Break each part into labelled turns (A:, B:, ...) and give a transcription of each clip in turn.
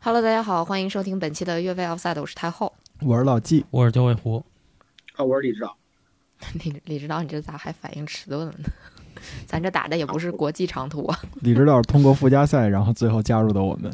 A: Hello，大家好，欢迎收听本期的越位 Offside，我是太后。
B: 我是老纪，
C: 我是九尾狐，
D: 啊，我是李指导。
A: 李李指导，你这咋还反应迟钝了呢？ 咱这打的也不是国际长途啊，
B: 李指导是通过附加赛，然后最后加入的我们。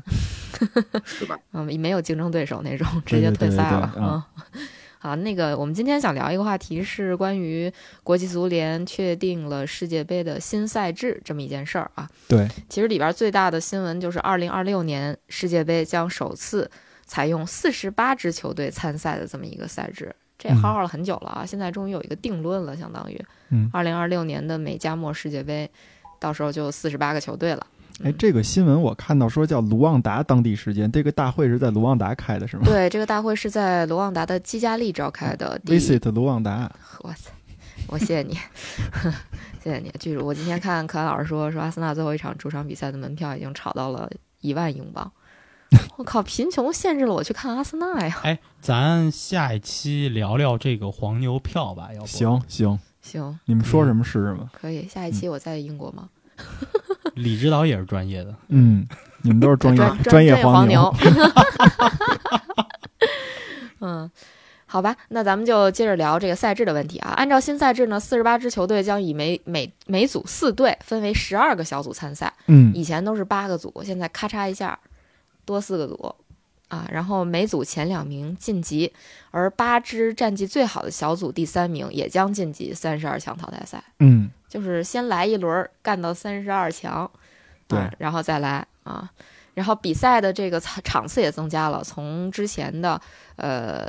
D: 是吧？
A: 嗯，没有竞争对手那种，直接退赛了
B: 对对对对啊
A: 嗯好，那个我们今天想聊一个话题是关于国际足联确定了世界杯的新赛制这么一件事儿啊。
B: 对，
A: 其实里边最大的新闻就是，二零二六年世界杯将首次采用四十八支球队参赛的这么一个赛制。这也
B: 嗯
A: 耗耗了很久了啊，现在终于有一个定论了，相当于
B: 嗯，
A: 二零二六年的美加墨世界杯，到时候就四十八个球队了。
B: 哎，这个新闻我看到说叫卢旺达当地时间，这个大会是在卢旺达开的是吗
A: 对，这个大会是在卢旺达的基加利召开的。第
B: ？Visit 卢旺达，
A: 哇塞，我谢谢你， 谢谢你。就是我今天看可安老师说，说阿森纳最后一场主场比赛的门票已经炒到了一万英镑。我靠，贫穷限制了我去看阿森纳呀！
C: 哎，咱下一期聊聊这个黄牛票吧，要不？
B: 行行，
A: 行，
B: 你们说什么是什么？
A: 可以。下一期我在英国吗？
C: 李指导也是专业的，
B: 嗯，你们都是专业
A: 专
B: 专业
A: 业黄
B: 牛。。
A: 嗯，好吧，那咱们就接着聊这个赛制的问题啊。按照新赛制呢，四十八支球队将以每每每组四队分为十二个小组参赛。
B: 嗯
A: 以前都是八个组，现在咔嚓一下多四个组啊。然后每组前两名晋级，而八支战绩最好的小组第三名也将晋级三十二强淘汰赛。
B: 嗯，
A: 就是先来一轮儿干到三十二强，
B: 对
A: 啊，然后再来啊。然后比赛的这个场场次也增加了，从之前的呃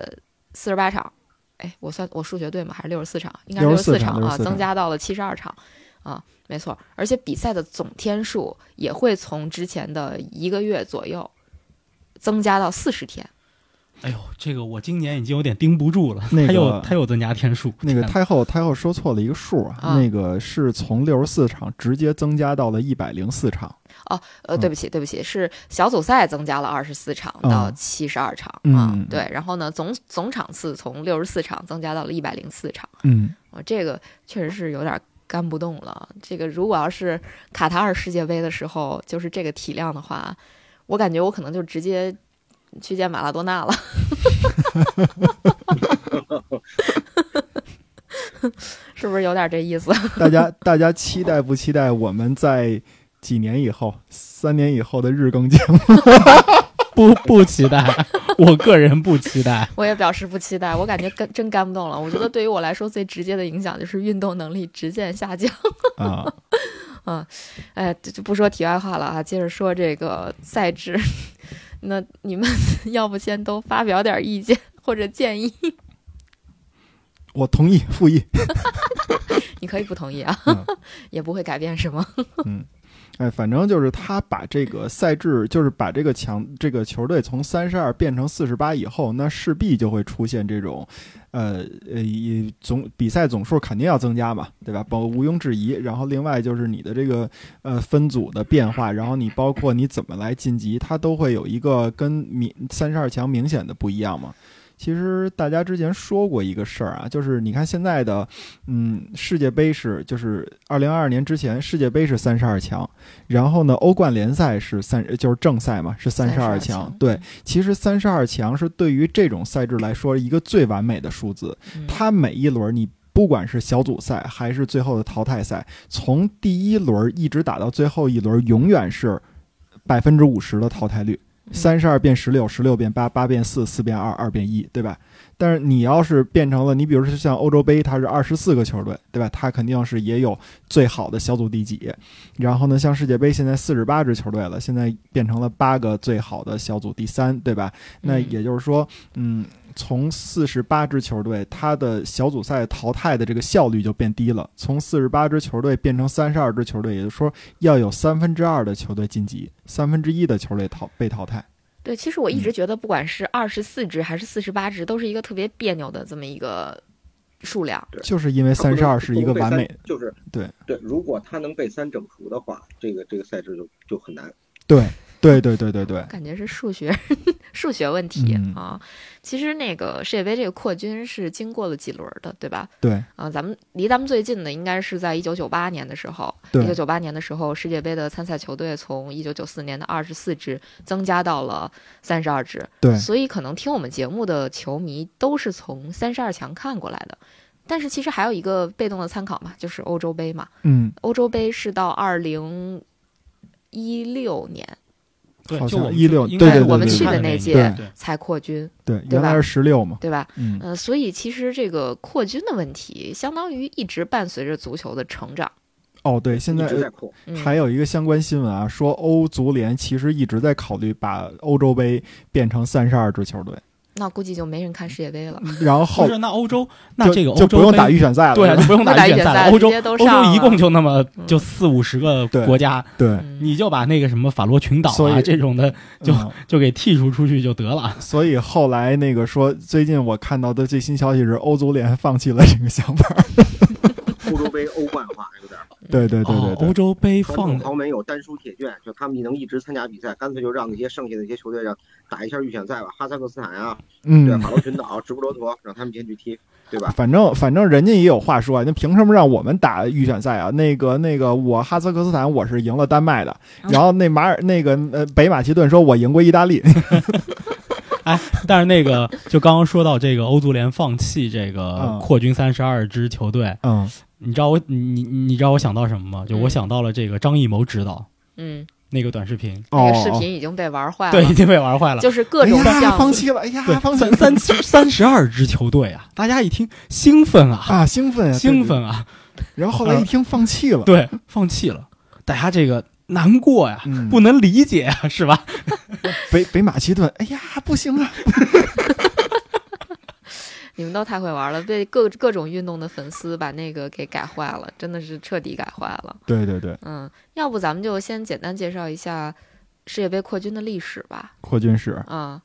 A: 四十八场，哎，我算我数学对吗？还是六十四场？应该是
B: 64
A: 四
B: 场
A: 啊，
B: 64
A: 增加到了七十二场啊，没错。而且比赛的总天数也会从之前的一个月左右增加到四十天。
C: 哎呦，这个我今年已经有点盯不住了，
B: 那个
C: 他又他又增加天数，
B: 那个
C: 天哪
B: 太后太后说错了一个数啊，
A: 啊
B: 那个是从六十四场直接增加到了一百零四场。
A: 呃，
B: 嗯
A: 对不起，对不起，是小组赛增加了二十四场
B: 嗯
A: 到七十二场
B: 嗯
A: 啊
B: 嗯，
A: 对，然后呢，总总场次从六十四场增加到了一百零四场
B: 嗯，
A: 啊，这个确实是有点干不动了。这个如果要是卡塔尔世界杯的时候就是这个体量的话，我感觉我可能就直接去见马拉多纳了。 是不是有点这意思？
B: 大家 大家期待不期待我们在几年以后、三年以后的日更节目？
C: 不不期待， 我个人不期待。
A: 我也表示不期待，我感觉干真干不动了。我觉得对于我来说，最直接的影响就是运动能力直线下降。
B: 啊，
A: 哎，就就不说题外话了啊，接着说这个赛制。那你们 要不先都发表点意见或者建议？
B: 我同意复议。
A: 你可以不同意啊，
B: 嗯
A: 也不会改变什么。
B: 哎，反正就是他把这个赛制，就是把这个强这个球队从三十二变成四十八以后，那势必就会出现这种，呃呃，也总比赛总数肯定要增加嘛，对吧？包毋庸置疑。然后另外就是你的这个呃分组的变化，然后你包括你怎么来晋级，它都会有一个跟明三十二强明显的不一样嘛。其实大家之前说过一个事儿啊，就是你看现在的，嗯，世界杯是就是二零二二年之前世界杯是三十二强，然后呢，欧冠联赛是三就是正赛嘛是三十二强。嗯对，，其实三十二强是对于这种赛制来说一个最完美的数字，
A: 嗯
B: 它每一轮你。不管是小组赛还是最后的淘汰赛，从第一轮一直打到最后一轮，永远是百分之五十的淘汰率。三十二变十六，十六变八，八变四，四变二，二变一，对吧？但是你要是变成了，你比如说像欧洲杯，它是二十四个球队，对吧？它肯定是也有最好的小组第几。然后呢，像世界杯现在四十八支球队了，现在变成了八个最好的小组第三，对吧？那
A: 嗯
B: 也就是说，嗯，从四十八支球队，它的小组赛淘汰的这个效率就变低了，从四十八支球队变成三十二支球队，也就是说要有三分之二的球队晋级，三分之一的球队淘被淘汰。
A: 对，其实我一直觉得，不管是二十四支还是四十八支，都是一个特别别扭的这么一个数量。
B: 就是因为三十二是一个完美，，
D: 就是
B: 对
D: 对。如果他能被三整除的话，这个这个赛制就就很难。
B: 对对对对对对，
A: 感觉是数学 数学问题、
B: 嗯
A: 啊。其实那个世界杯这个扩军是经过了几轮的，对吧？
B: 对
A: 啊，咱们离咱们最近的应该是在一九九八年的时候，一九
B: 对
A: 九八年的时候，世界杯的参赛球队从一九九四年的二十四支增加到了三十二支，
B: 对，
A: 所以可能听我们节目的球迷都是从三十二强看过来的。但是其实还有一个被动的参考嘛，就是欧洲杯嘛。
B: 嗯，
A: 欧洲杯是到二零一六年
C: 对，
B: 好
C: 就
B: 像
C: 我们
B: 16
C: 应
B: 对
C: 该
B: 对
C: 是
B: 对
A: 我们
B: 对
A: 去
B: 对
A: 的
C: 看
A: 那
C: 一
A: 届
C: 年对，
A: 才扩军，
B: 对，
A: 对
B: 原
A: 吧
B: 来是十六嘛，
A: 对吧？
B: 嗯，
A: 呃，所以其实这个扩军的问题，相当于一直伴随着足球的成长。
B: 哦对，现在
D: 一直在扩，
A: 嗯、
B: 还有一个相关新闻啊，说欧足联其实一直在考虑把欧洲杯变成三十二支球队，
A: 那估计就没人看世界杯了。
B: 然
C: 嗯不
B: 后
C: 是那欧洲，那
B: 就
C: 这个欧
B: 就
C: 洲
B: 不用
C: 杯
B: 打预选赛了，
C: 对啊，
B: 是
C: 就
B: 吧
C: 不用
A: 不打
C: 打预
A: 预选
C: 选
A: 赛
C: 了。欧洲
A: 直接都
C: 欧
A: 上
C: 洲一
A: 了
C: 共就那么
A: 嗯
C: 就四五十个
B: 对
C: 国家，
B: 对，
A: 嗯
C: 你就把那个什么法罗群岛
B: 所
C: 啊
B: 以
C: 这种的就
B: 嗯
C: 就给剔除出去就得了。
B: 所以后来那个说，最近我看到的最新消息是，欧足联放弃了这个想法。
D: 欧洲杯欧冠化有点儿。
B: 对对对对
C: 哦，欧
B: 对，
C: 洲杯
D: 传统
C: 放
D: 豪门有单输铁券，就他们能一直参加比赛，干脆就让那些剩下的一些球队让打一下预选赛吧，哈萨克斯坦啊，对，
B: 嗯，
D: 法罗群岛、直布罗陀，让他们先去踢，对吧？
B: 反正反正人家也有话说啊，那凭什么让我们打预选赛啊？那个那个，我哈萨克斯坦我是赢了丹麦的，
A: 嗯
B: 然后那马尔那个呃北马其顿说我赢过意大利。
C: 但是那个就刚刚说到这个欧足联放弃这个
B: 嗯
C: 扩军三十二支球队，
B: 嗯，
C: 你知道我你你你知道我想到什么吗？就我
A: 嗯
C: 想到了这个张艺谋执导
A: 嗯，
C: 那个短视频，
A: 那
B: 哦
A: 个，视频已经被玩坏了，
C: 对，已经被玩坏了。
A: 就是各种
B: 哎呀，
A: 项目
B: 放。弃了，哎呀
C: 对，，
B: 放弃
C: 三三三十二支球队啊，大家一听兴奋啊，
B: 啊，兴奋啊，嗯对
C: 兴。奋啊，
B: 对然后后来一听放弃了，
C: 对，放弃了，大家这个难过呀，
B: 嗯
C: 不能理解啊，是吧？
B: 北北马其顿，哎呀，不行啊，
A: 你们都太会玩了，被各各种运动的粉丝把那个给改坏了，真的是彻底改坏了。
B: 对对对，
A: 嗯，要不咱们就先简单介绍一下世界杯扩军的历史吧。
B: 扩军史，
A: 啊、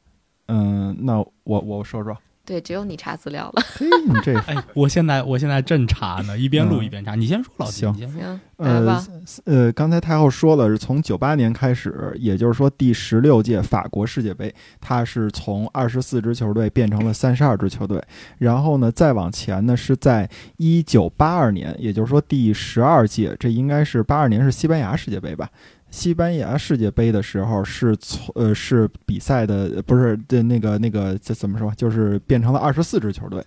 B: 嗯，那我我说说，
A: 对，只有你查资料了。
B: 嘿，你这
C: 哎，我现在我现在正查呢，一边录
B: 嗯
C: 一边查。你先说，老季，
B: 行
C: 你先说。
A: 行，来
B: 呃
A: 吧。嗯
B: 呃，刚才太后说了，是从九八年开始，也就是说第十六届法国世界杯，它是从二十四支球队变成了三十二支球队。然后呢，再往前呢，是在一九八二年，也就是说第十二届，这应该是八二年是西班牙世界杯吧？西班牙世界杯的时候是从呃是比赛的不是的那个那个这怎么说？就是变成了二十四支球队。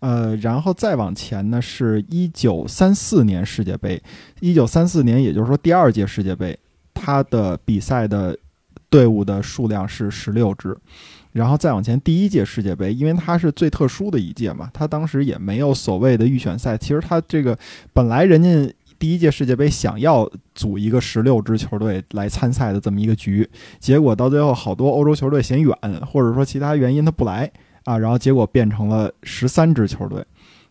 B: 呃，然后再往前呢，是一九三四年世界杯，一九三四年，也就是说第二届世界杯，它的比赛的队伍的数量是十六支。然后再往前，第一届世界杯，因为它是最特殊的一届嘛，它当时也没有所谓的预选赛。其实它这个本来人家第一届世界杯想要组一个十六支球队来参赛的这么一个局，结果到最后好多欧洲球队嫌远，或者说其他原因他不来啊，然后结果变成了十三支球队。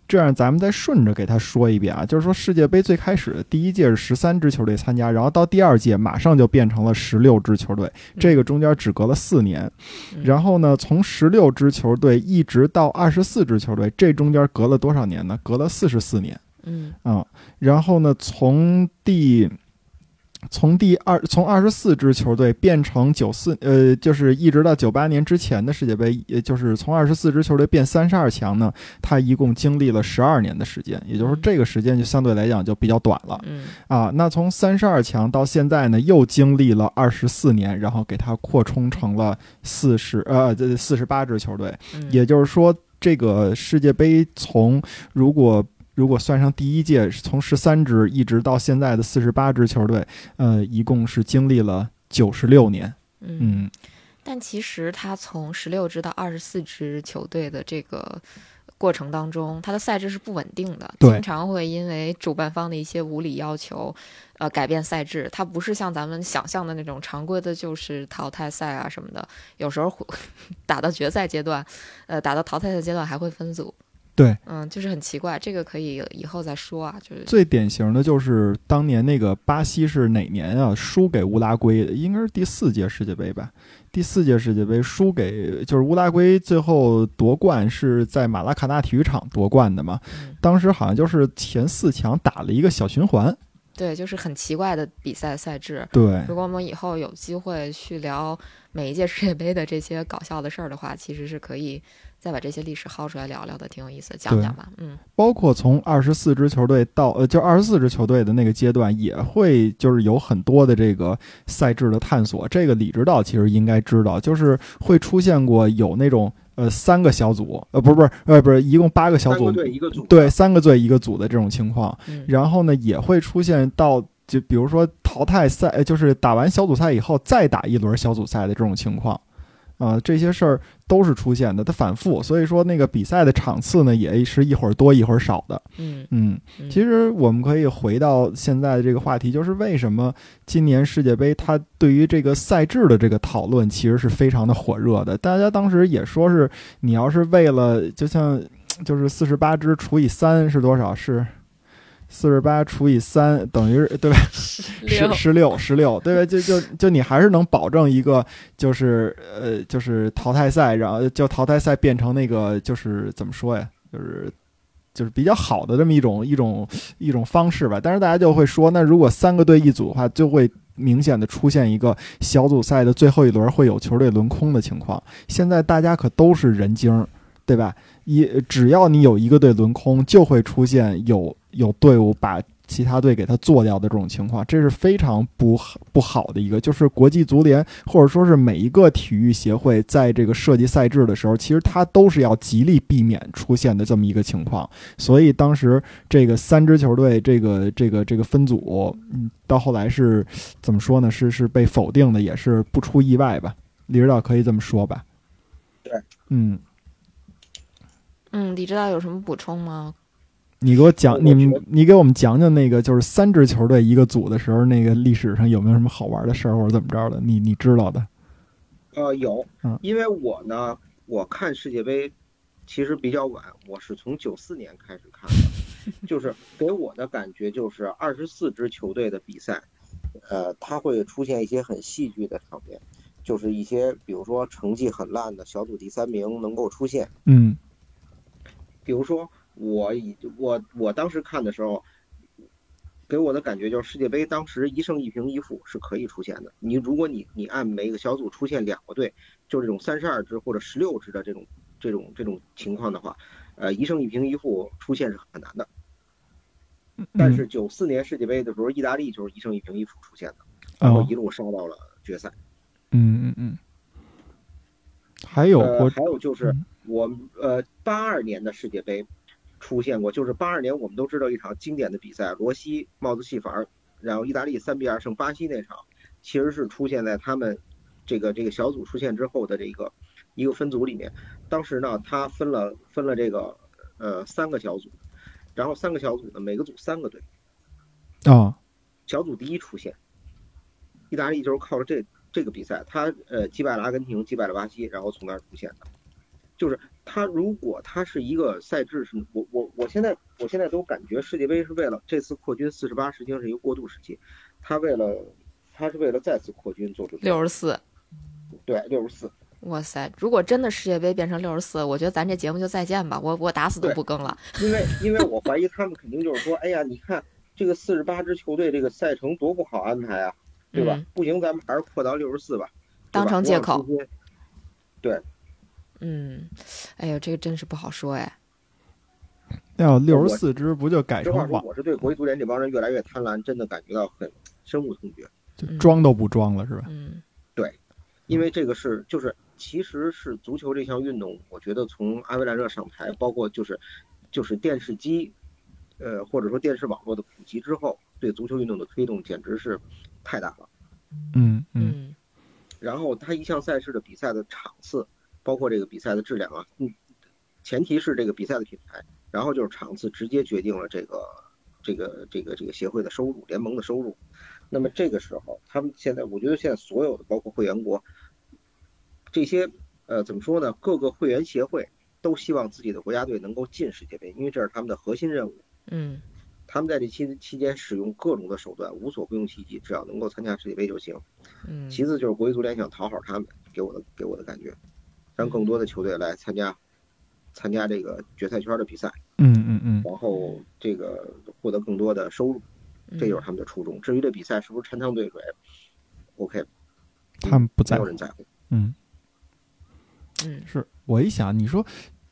B: 这样，咱们再顺着给他说一遍啊，就是说世界杯最开始第一届是十三支球队参加，然后到第二届马上就变成了十六支球队，这个中间只隔了四年。
A: 嗯
B: 然后呢，从十六支球队一直到二十四支球队，这中间隔了多少年呢？隔了四十四年
A: 嗯
B: 啊、然后呢，从第从第二从二十四支球队变成九四呃，就是一直到九八年之前的世界杯，也就是从二十四支球队变三十二强呢，它一共经历了十二年的时间，也就是说这个时间就相对来讲就比较短了
A: 嗯
B: 啊。那从三十二强到现在呢，又经历了二十四年，然后给它扩充成了四十呃四十八支球队，
A: 嗯，
B: 也就是说，这个世界杯从如果如果算上第一届，从十三支一直到现在的四十八支球队，呃，一共是经历了九十六年。
A: 嗯。
B: 嗯，
A: 但其实它从十六支到二十四支球队的这个过程当中，它的赛制是不稳定的，
B: 对
A: 经常会因为主办方的一些无理要求，呃，改变赛制。它不是像咱们想象的那种常规的，就是淘汰赛啊什么的，有时候会 打到决赛阶段，呃，打到淘汰赛阶段还会分组。
B: 对，
A: 嗯，就是很奇怪，这个可以以后再说啊，就是
B: 最典型的就是当年那个巴西是哪年啊？输给乌拉圭，应该是第四届世界杯吧？第四届世界杯输给就是乌拉圭，最后夺冠是在马拉卡纳体育场夺冠的嘛
A: 嗯？
B: 当时好像就是前四强打了一个小循环。
A: 对，就是很奇怪的比赛赛制。
B: 对，
A: 如果我们以后有机会去聊每一届世界杯的这些搞笑的事儿的话，其实是可以再把这些历史薅出来聊聊的，挺有意思的，讲
B: 对啊
A: 讲吧。嗯，
B: 包括从二十四支球队到呃，就二十四支球队的那个阶段，也会就是有很多的这个赛制的探索。这个李指导其实应该知道，就是会出现过有那种呃三个小组，呃不是不是呃不是，一共八个小
D: 三
B: 组
D: 个，队一个组，
B: 对，三个队一个组的这种情况。
A: 嗯
B: 然后呢，也会出现到就比如说淘汰赛，呃就是打完小组赛以后再打一轮小组赛的这种情况，啊，这些事儿都是出现的，它反复，所以说那个比赛的场次呢，也是一会儿多一会儿少的，
A: 嗯
B: 嗯，
A: 嗯
B: 其实我们可以回到现在的这个话题，就是为什么今年世界杯它对于这个赛制的这个讨论其实是非常的火热的。大家当时也说是，你要是为了就像就是四十八支除以三是多少？是四十八除以三等于是对吧？十
A: 六
B: 十六十六，对吧？就就就你还是能保证一个，就是呃，就是淘汰赛，然后就淘汰赛变成那个，就是怎么说呀？就是就是比较好的这么一种一种一种方式吧。但是大家就会说，那如果三个队一组的话，就会明显的出现一个小组赛的最后一轮会有球队轮空的情况。现在大家可都是人精儿，对吧？一只要你有一个队轮空，就会出现有有队伍把其他队给他做掉的这种情况，这是非常不好不好的一个，就是国际足联或者说是每一个体育协会在这个设计赛制的时候，其实它都是要极力避免出现的这么一个情况。所以当时这个三支球队这个这个这个分组，嗯，到后来是怎么说呢？是是被否定的，也是不出意外吧？李指导可以这么说吧？
D: 对，
B: 嗯，
A: 嗯，李指导有什么补充吗？
B: 你给我讲
D: 我，
B: 你
D: 觉
B: 们你给我们讲讲那个就是三支球队一个组的时候，那个历史上有没有什么好玩的事儿或者怎么着的？你你知道的？
D: 呃，有
B: 嗯，
D: 因为我呢，我看世界杯其实比较晚，我是从九四年开始看的，就是给我的感觉就是二十四支球队的比赛，呃，它会出现一些很戏剧的场面，就是一些比如说成绩很烂的小组第三名能够出现，
B: 嗯
D: 比如说我以我我当时看的时候。给我的感觉就是世界杯当时一胜一平一负是可以出现的。你如果你你按每个小组出现两个队，就这种三十二支或者十六支的这种这种这种情况的话，呃，一胜一平一负出现是很难的。
B: 嗯
D: 但是九四年世界杯的时候，意大利就是一胜一平一负出现的，然后
B: 哦
D: 一路杀到了决赛。
B: 嗯嗯嗯，还有
D: 呃，
B: 过
D: 还有就是
B: 嗯
D: 我们呃八二年的世界杯出现过，就是八二年我们都知道一场经典的比赛，罗西帽子戏法儿，然后意大利三比二胜巴西那场，其实是出现在他们这个这个小组出现之后的这个一个分组里面。当时呢，他分了分了这个呃三个小组，然后三个小组呢每个组三个队，呃
B: 哦
D: 小组第一出现，意大利就是靠着这这个比赛，他呃击败了阿根廷，击败了巴西，然后从那儿出现的。就是他如果他是一个赛制是，我我我现在我现在都感觉世界杯是为了这次扩军四十八实际上是一个过渡时期，他为了他是为了再次扩军做准备。
A: 六十四，
D: 对六十四，
A: 哇塞！如果真的世界杯变成六十四，我觉得咱这节目就再见吧，我我打死都
D: 对
A: 不更了。
D: 因为因为我怀疑他们肯定就是说，哎呀，你看这个四十八支球队这个赛程多不好安排啊，对吧？
A: 嗯
D: 不行，咱们还是扩到六十四吧，
A: 当
D: 对吧
A: 成借口。
D: 不让中间
A: 嗯，哎呦，这个真是不好说哎。
B: 要六十四支不就改
D: 实
B: 成
D: 话说，
B: 网
D: 我是对国际足联这帮人越来越贪婪，真的感觉到很深恶痛绝。
B: 就
A: 嗯
B: 装都不装了是吧？
A: 嗯
D: 因
B: 嗯
D: 为这个是就是其实是足球这项运动，我觉得从阿维兰热上台，包括就是就是电视机，呃或者说电视网络的普及之后，对足球运动的推动简直是太大了。
B: 嗯嗯
A: 嗯
D: 然后它一项赛事的比赛的场次，包括这个比赛的质量啊，嗯，前提是这个比赛的品牌，然后就是场次直接决定了这个这个这个这个协会的收入，联盟的收入。那么这个时候，他们现在我觉得现在所有的包括会员国，这些呃怎么说呢？各个会员协会都希望自己的国家队能够进世界杯，因为这是他们的核心任务。
A: 嗯
D: 他们在这期期间使用各种的手段，无所不用其极，只要能够参加世界杯就行。
A: 嗯
D: 其次就是国际足联想讨好他们，给我的给我的感觉，让更多的球队来参加参加这个决赛圈的比赛，
B: 嗯嗯嗯
D: 然后这个获得更多的收入。
A: 嗯
D: 这
B: 嗯
D: 就是他们的初衷。至于这比赛是不是陈汤对水，OK，
B: 他们不
D: 没
B: 在
D: 有
B: 乎。
D: 人在乎。
B: 嗯，
A: 嗯，
B: 是我一想，你说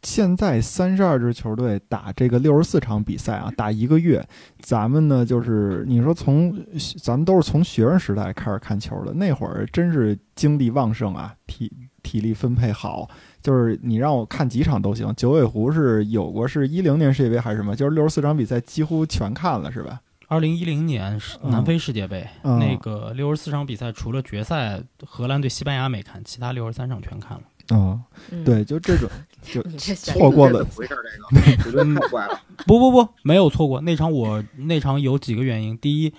B: 现在三十二支球队打这个六十四场比赛啊，打一个月，咱们呢就是你说从咱们都是从学生时代开始看球的，那会儿真是精力旺盛啊，体体力分配好，就是你让我看几场都行。九尾狐是有过是一零年世界杯还是什么，就是六十四场比赛几乎全看了，是吧？
C: 二零一零年是
B: 嗯
C: 南非世界杯，
B: 嗯
C: 那个六十四场比赛，除了决赛荷兰对西班牙没看，其他六十三场全看了。
B: 嗯，
A: 嗯，
B: 对，就这种，
A: 你这选
B: 错过了
D: 这怎么回事？这个我觉得太 怪了。
C: 不不不，没有错过那场我。 那场有几个原因，第一，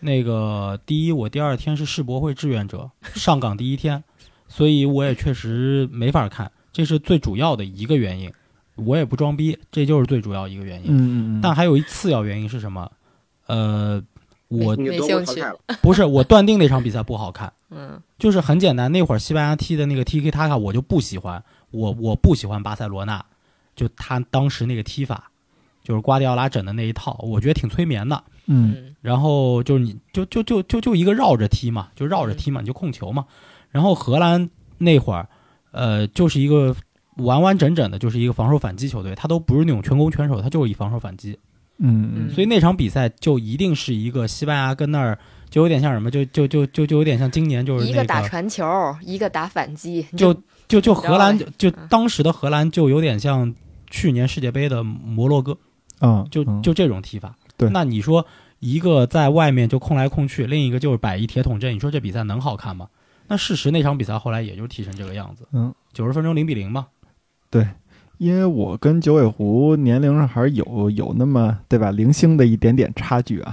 C: 那个第一，我第二天是世博会志愿者，上岗第一天，所以我也确实没法看，这是最主要的一个原因。我也不装逼，这就是最主要一个原因。
B: 嗯嗯嗯，
C: 但还有一次要原因是什么？呃，我
D: 你
A: 没
D: 德
A: 兴
D: 国淘
A: 趣
D: 汰了，
C: 不是我断定那场比赛不好看。
A: 嗯
C: 就是很简单，那会儿西班牙踢的那个 TK 塔卡，我就不喜欢，我我不喜欢巴塞罗那，就他当时那个踢法，就是瓜迪奥拉整的那一套，我觉得挺催眠的。
B: 嗯
A: 嗯
C: 然后就是你就就就就就一个绕着踢嘛，就绕着踢嘛，你就控球嘛。然后荷兰那会儿，呃，就是一个完完整整的，就是一个防守反击球队，他都不是那种全攻全守，他就是以防守反击。
B: 嗯嗯
A: 嗯
C: 所以那场比赛就一定是一个西班牙跟那儿就有点像什么，就就就就就有点像今年就是
A: 一
C: 那
A: 个打传球，一个打反击，你
C: 就就就荷兰
A: 你知
C: 就
A: 嗯
C: 当时的荷兰就有点像去年世界杯的摩洛哥，
B: 嗯，
C: 就
B: 嗯
C: 就这种踢法。
B: 对
C: 那你说一个在外面就控来控去，另一个就是摆一铁桶阵，你说这比赛能好看吗？那事实那场比赛后来也就踢成这个样子，
B: 嗯，
C: 九十分钟零比零嘛。
B: 因为我跟九尾狐年龄上还是有有那么对吧，零星的一点点差距啊，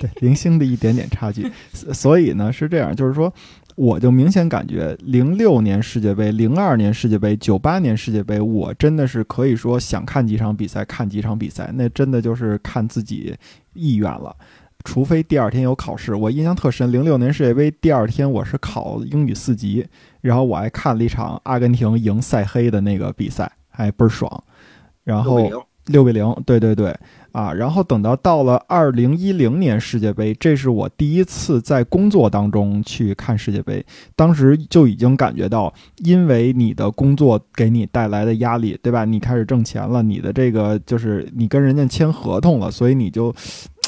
B: 对，零星的一点点差距。所所以呢是这样，就是说，我就明显感觉零六年世界杯、零二年世界杯、九八年世界杯，我真的是可以说想看几场比赛看几场比赛，那真的就是看自己意愿了。除非第二天有考试，我印象特深。零六年世界杯第二天，我是考英语四级，然后我还看了一场阿根廷赢塞黑的那个比赛，还倍儿爽。 然
D: 六比
B: 后
D: 零，
B: 六比零，对对对，啊，然后等到到了二零一零年世界杯，这是我第一次在工作当中去看世界杯，当时就已经感觉到，因为你的工作给你带来的压力，对吧？你开始挣钱了，你的这个就是你跟人家签合同了，所以你就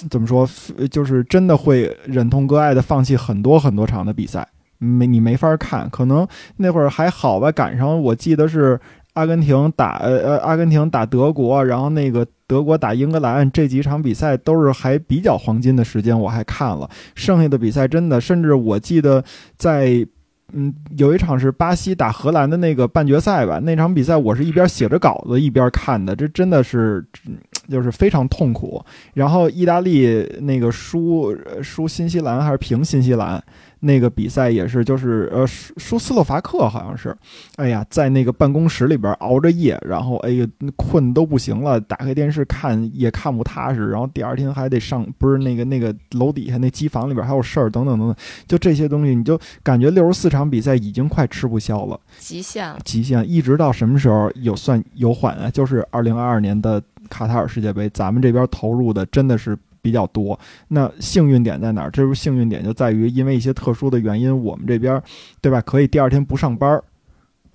B: 怎么说，呃就是真的会忍痛割爱的放弃很多很多场的比赛。没你没法看，可能那会儿还好吧，赶上我记得是阿根廷打呃呃阿根廷打德国，然后那个德国打英格兰这几场比赛都是还比较黄金的时间，我还看了剩下的比赛，真的，甚至我记得在。嗯，有一场是巴西打荷兰的那个半决赛吧，那场比赛我是一边写着稿子一边看的，这真的是嗯就是非常痛苦。然后意大利那个输呃输新西兰还是平新西兰那个比赛也是，就是呃输输斯洛伐克好像是，哎呀，在那个办公室里边熬着夜，然后哎呀困都不行了，打开电视看也看不踏实，然后第二天还得上，不是那个那个楼底下那机房里边还有事儿，等等等等，就这些东西，你就感觉六十四场比赛已经快吃不消了，
A: 极限了。
B: 极限一直到什么时候有算有缓啊？就是二零二二年的卡塔尔世界杯，咱们这边投入的真的是。比较多，那幸运点在哪儿？这不是幸运点就在于，因为一些特殊的原因，我们这边，对吧？可以第二天不上班儿，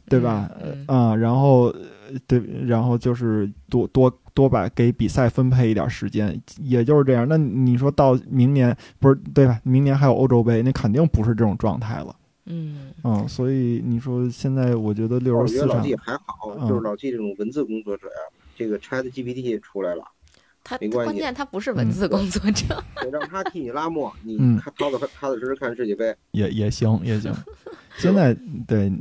B: 对吧？
A: 嗯
B: 啊、然后呃对，然后就是多多多把给比赛分配一点时间，也就是这样。那你说到明年不是对吧？明年还有欧洲杯，那肯定不是这种状态了。
A: 嗯，
B: 嗯，所以你说现在我觉得
D: 我
B: 六十
D: 觉
A: 哦
B: 四
D: 得老
B: 场
D: 纪，
A: 啊
D: 也还好，
B: 嗯
D: 就是老纪这种文字工作者呀，这个 Chat GPT 出来了，
A: 他
D: 没
A: 他
D: 关系嗯
A: 关键他不是文字工作 者，
D: 得让他替你拉磨，你
B: 嗯
D: 看踏踏踏踏实实看世界杯。
B: 也也行也行。现在对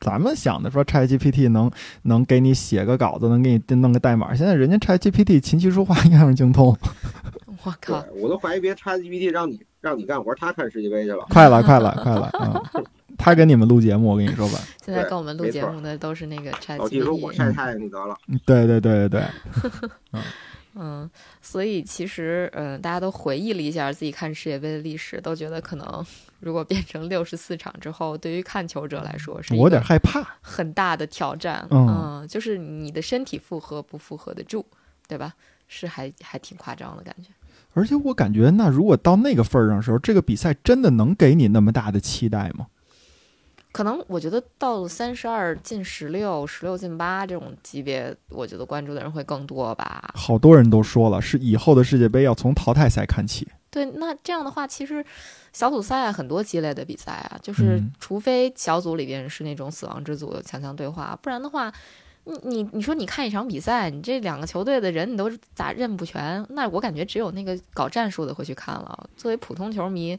B: 咱们想的说，ChatGPT 能能给你写个稿子，能给你弄个代码。现在人家 ChatGPT 琴棋书画样样精通，
A: 我
D: 对
A: 靠，，
D: 我都怀疑别 Chat GPT 让你让你干活，他看世界杯去了。
B: 快了快了快了啊！嗯他给你们录节目，我跟你说吧，
A: 现在
D: 对
A: 跟我们录
D: 没
A: 节
D: 错
A: 目的都是那个 Chat
D: 老纪说：“我
A: GPT，
D: 晒太阳就得了。
B: 对对对对对，
A: 嗯，所以其实嗯，大家都回忆了一下自己看世界杯的历史，都觉得可能如果变成六十四场之后，对于看球者来说是
B: 我
A: 一
B: 有
A: 个
B: 点害怕。
A: 很大的挑战，
B: 嗯
A: 嗯，就是你的身体负荷不负荷得住，对吧？是还还挺夸张的感觉。
B: 而且我感觉，那如果到那个份儿上的时候，这个比赛真的能给你那么大的期待吗？
A: 可能我觉得到三十二进十六、十六进八这种级别，我觉得关注的人会更多吧。
B: 好多人都说了，是以后的世界杯要从淘汰赛看起。
A: 对，那这样的话，其实小组赛啊很多激烈的比赛啊，就是
B: 嗯
A: 除非小组里边是那种死亡之组有强强对话，不然的话，你你你说你看一场比赛，你这两个球队的人你都咋认不全？那我感觉只有那个搞战术的会去看了。作为普通球迷，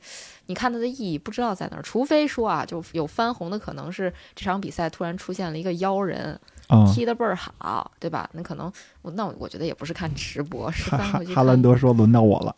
A: 你看它的意义不知道在哪儿，除非说啊，就有翻红的可能是这场比赛突然出现了一个妖人，
B: 啊、
A: 踢得倍儿好，对吧？那可能我那我觉得也不是看直 播，是
B: 哈
A: 翻
B: 哈
A: 回去
B: 哈
A: 看
B: 兰德说轮到我了。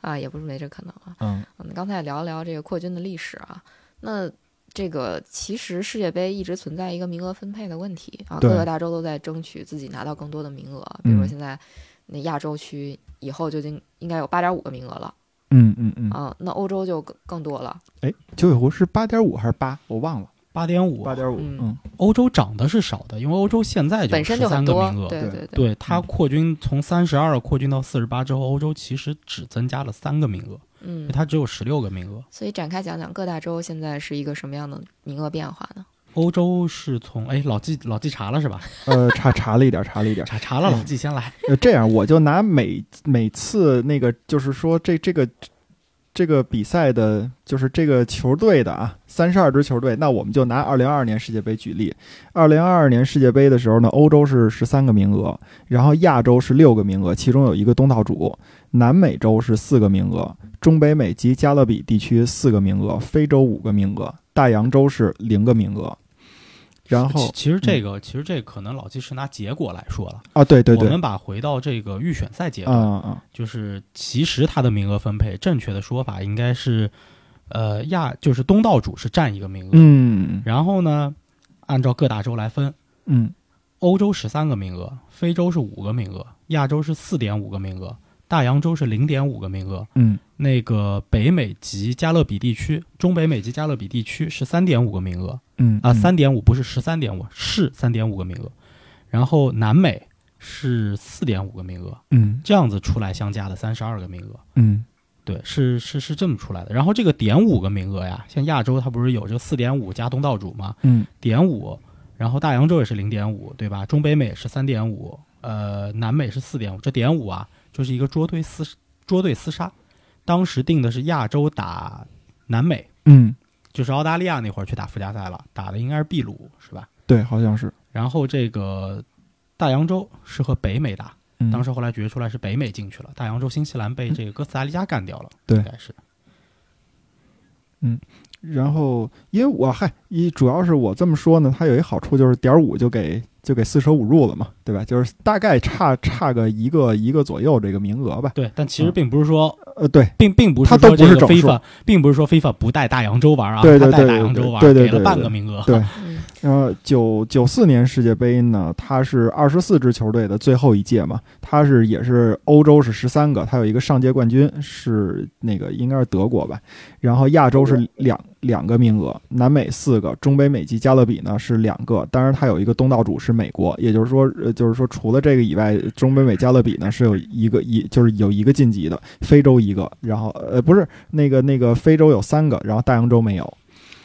A: 啊，也不是没这可能啊。
B: 嗯
A: 嗯，刚才也聊一聊这个扩军的历史啊。那这个其实世界杯一直存在一个名额分配的问题啊，各
B: 对
A: 个大洲都在争取自己拿到更多的名额。比如说
B: 嗯
A: 现在那亚洲区以后就应应该有八点五个名额了
B: 嗯嗯嗯，
A: 啊，那欧洲就更更多了。
B: 哎，九尾狐是八点五还是八？我忘了，
C: 八点五，
B: 八点五。
A: 嗯
B: 嗯，
C: 欧洲涨的是少的，因为欧洲现在
A: 本身就很
C: 三个
A: 多
C: 名，额，
A: 对
B: 对
A: 对对，
C: 对它扩军从三十二扩军到四十八之后，欧洲其实只增加了三个名额，
A: 嗯
C: 因为，它只有十六个名额。
A: 所以展开讲讲各大洲现在是一个什么样的名额变化呢？
C: 欧洲是从哎老季老季查了是吧？
B: 呃，查查了一点，查了一点。
C: 查查了老季先来，
B: 呃，这样我就拿每每次那个，就是说这这个这个比赛的，就是这个球队的啊，三十二支球队，那我们就拿二零二二年世界杯举例。二零二二年世界杯的时候呢，欧洲是十三个名额，然后亚洲是六个名额，其中有一个东道主，南美洲是四个名额，中北美及加勒比地区四个名额，非洲五个名额，大洋洲是零个名额。然后
C: 其其实这个、其实这个可能老季是拿结果来说了，
B: 啊，对对对
C: 我，们把回到这个预选赛阶
B: 啊
C: 段，
B: 啊，
C: 就是其实它的名额分配正确的说法应该是，呃亚就是东道主是占一个名额，
B: 嗯
C: 然后呢按照各大洲来分，
B: 嗯。
C: 欧洲十三个名额，非洲是五个名额，亚洲是四点五个名额，大洋洲是零点五个名额，
B: 嗯
C: 那个北美及加勒比地区、中北美及加勒比地区是三点五个名额
B: 嗯
C: 啊，三点五不是十三点五，是三点五个名额，然后南美是四点五个名额，
B: 嗯
C: 这样子出来相加的三十二个名额。
B: 嗯
C: 对，是是是这么出来的。然后这个点五个名额呀，像亚洲它不是有这四点五加东道主吗？
B: 嗯
C: 点五，然后大洋洲也是零点五，对吧？中北美是三点五，呃，南美是四点五。这点五啊，就是一个捉对厮捉对厮杀。当时定的是亚洲打南美，
B: 嗯，
C: 就是澳大利亚那会儿去打附加赛了，打的应该是秘鲁，是吧？
B: 对，好像是。
C: 然后这个大洋洲是和北美打，
B: 嗯
C: 当时后来决出来是北美进去了，大洋洲新西兰被这个哥斯达黎加干掉了，
B: 对
C: 应该是。
B: 然后因为我嗨，一主要是我这么说呢，它有一好处就是点儿五就给就给四舍五入了嘛，对吧？就是大概差差个一个一个左右这个名额吧。
C: 对，但其实并不是说，
B: 呃，对，
C: 并并不是
B: 它都
C: 说这
B: 不是
C: 个
B: 整数
C: FIFA，并不是说 FIFA 不带大洋洲玩啊，
B: 对对
C: 他带
B: 对
C: 大
B: 对
C: 洋
B: 对
C: 洲玩，
B: 对对
C: 给了
B: 对
C: 半
B: 对
C: 个名额。
B: 对。
A: 嗯，
B: 然后九九四年世界杯呢，它是二十四支球队的最后一届嘛，它是也是欧洲是十三个，它有一个上届冠军是那个应该是德国吧，然后亚洲是两两个名额，南美四个，中北美及加勒比呢是两个，当然它有一个东道主是美国，也就是说呃就是说除了这个以外，中北美加勒比呢是有一个一就是有一个晋级的，非洲一个，然后呃不是那个那个非洲有三个，然后大洋洲没有，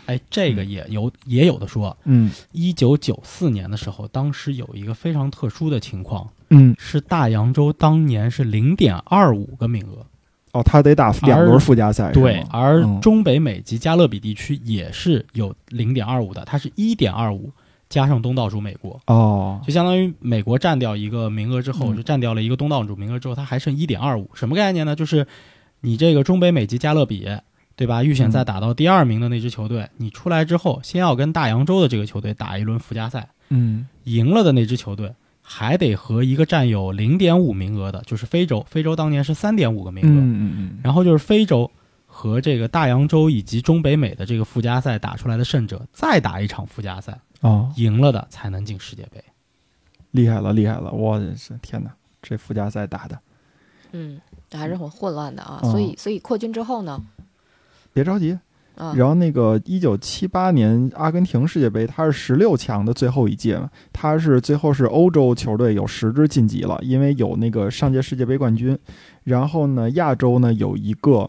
C: 哎，这个也有也有的说，
B: 嗯
C: 一九九四年的时候，当时有一个非常特殊的情况，
B: 嗯，
C: 是大洋洲当年是零点二五个名额，
B: 哦他得打两轮
C: 而
B: 附加赛，是
C: 对
B: 吗，
C: 而
B: 嗯
C: 中北美及加勒比地区也是有零点二五的，它是一点二五加上东道主美国。
B: 哦，
C: 就相当于美国占掉一个名额之后，
B: 嗯
C: 就占掉了一个东道主名额之后，它还剩一点二五，什么概念呢？就是你这个中北美及加勒比，对吧？预选赛
B: 嗯
C: 打到第二名的那支球队，你出来之后，先要跟大洋洲的这个球队打一轮附加赛，
B: 嗯
C: 赢了的那支球队还得和一个占有零点五名额的，就是非洲，非洲当年是三点五个名额，
B: 嗯嗯嗯
C: 然后就是非洲。和这个大洋洲以及中北美的这个附加赛打出来的胜者，再打一场附加赛，
B: 哦，
C: 赢了的才能进世界杯。
B: 厉害了厉害了，我真是天哪，这附加赛打的。
A: 嗯，还是很混乱的啊。
B: 嗯
A: 所以所以扩军之后呢，
B: 别着急，
A: 啊，
B: 然后那个一九七八年阿根廷世界杯，它是十六强的最后一届嘛，它是最后是欧洲球队有十支晋级了，因为有那个上届世界杯冠军。然后呢，亚洲呢有一个，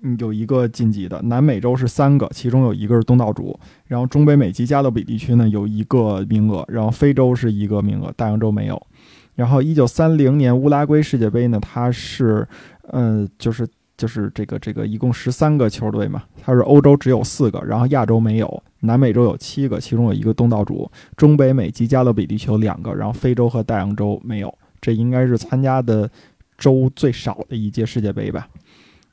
B: 嗯，有一个晋级的，南美洲是三个，其中有一个是东道主。然后中北美及加勒比地区呢有一个名额，然后非洲是一个名额，大洋洲没有。然后一九三零年乌拉圭世界杯呢，它是，嗯，就是就是这个这个一共十三个球队嘛，它是欧洲只有四个，然后亚洲没有，南美洲有七个，其中有一个东道主，中北美及加勒比地区有两个，然后非洲和大洋洲没有，这应该是参加的州最少的一届世界杯吧。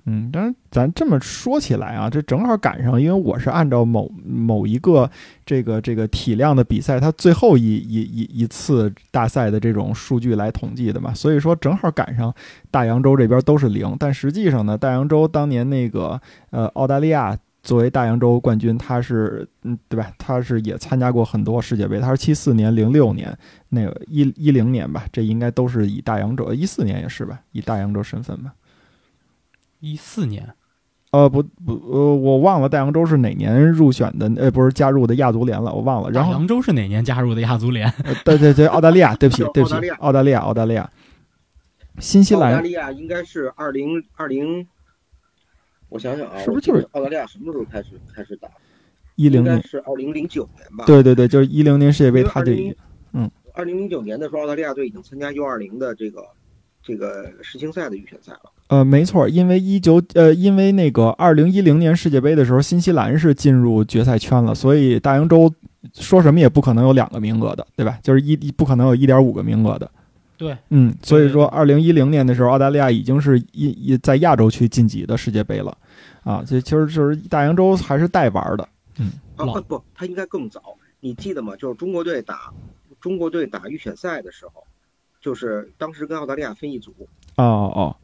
B: 嗯，但是咱这么说起来啊，这正好赶上，因为我是按照某某一个这个这个体量的比赛，它最后一一一一次大赛的这种数据来统计的嘛，所以说正好赶上大洋洲这边都是零，但实际上呢，大洋洲当年那个呃澳大利亚作为大洋洲冠军，他是嗯对吧？他是也参加过很多世界杯，他是七四年、零六年、那个一一零年吧，这应该都是以大洋洲，一四年也是吧，以大洋洲身份吧。
C: 一四年，
B: 呃，不不，呃，我忘了大洋洲是哪年入选的，呃，不是加入的亚足联了，我忘了。然后，
C: 扬州是哪年加入的亚足联？
B: 呃对对对，澳大利 亚，对不起
D: 是，
B: 对不
D: 澳大
B: 起
D: 利亚，
B: 澳大利亚，澳大利亚，新西
D: 澳大
B: 兰
D: 利亚应该是二零二零，我想想啊，
B: 是不是就是
D: 我记得澳大利亚什么时候开始开始打？
B: 一零
D: 应该
B: 年，
D: 是二零零九年吧？，
B: 对对对，就是一零年世界杯，他就嗯已
D: 因为二零零九年的时候，澳大利亚队已经参加 U 二零的这个这个世青赛的预选赛了。
B: 呃，没错，因为一九呃，因为那个二零一零年世界杯的时候，新西兰是进入决赛圈了，所以大洋洲说什么也不可能有两个名额的，对吧？就是一一不可能有一点五个名额的。
C: 对，
B: 嗯，所以说，
C: 对
B: 二零一零年的时候，澳大利亚已经是一一在亚洲区晋级的世界杯了，啊，这其实就是大洋洲还是带玩的，
D: 啊
C: 老
D: 啊不，他应该更早。你记得吗？就是中国队打中国队打预选赛的时候，就是当时跟澳大利亚分一组，
B: 哦哦，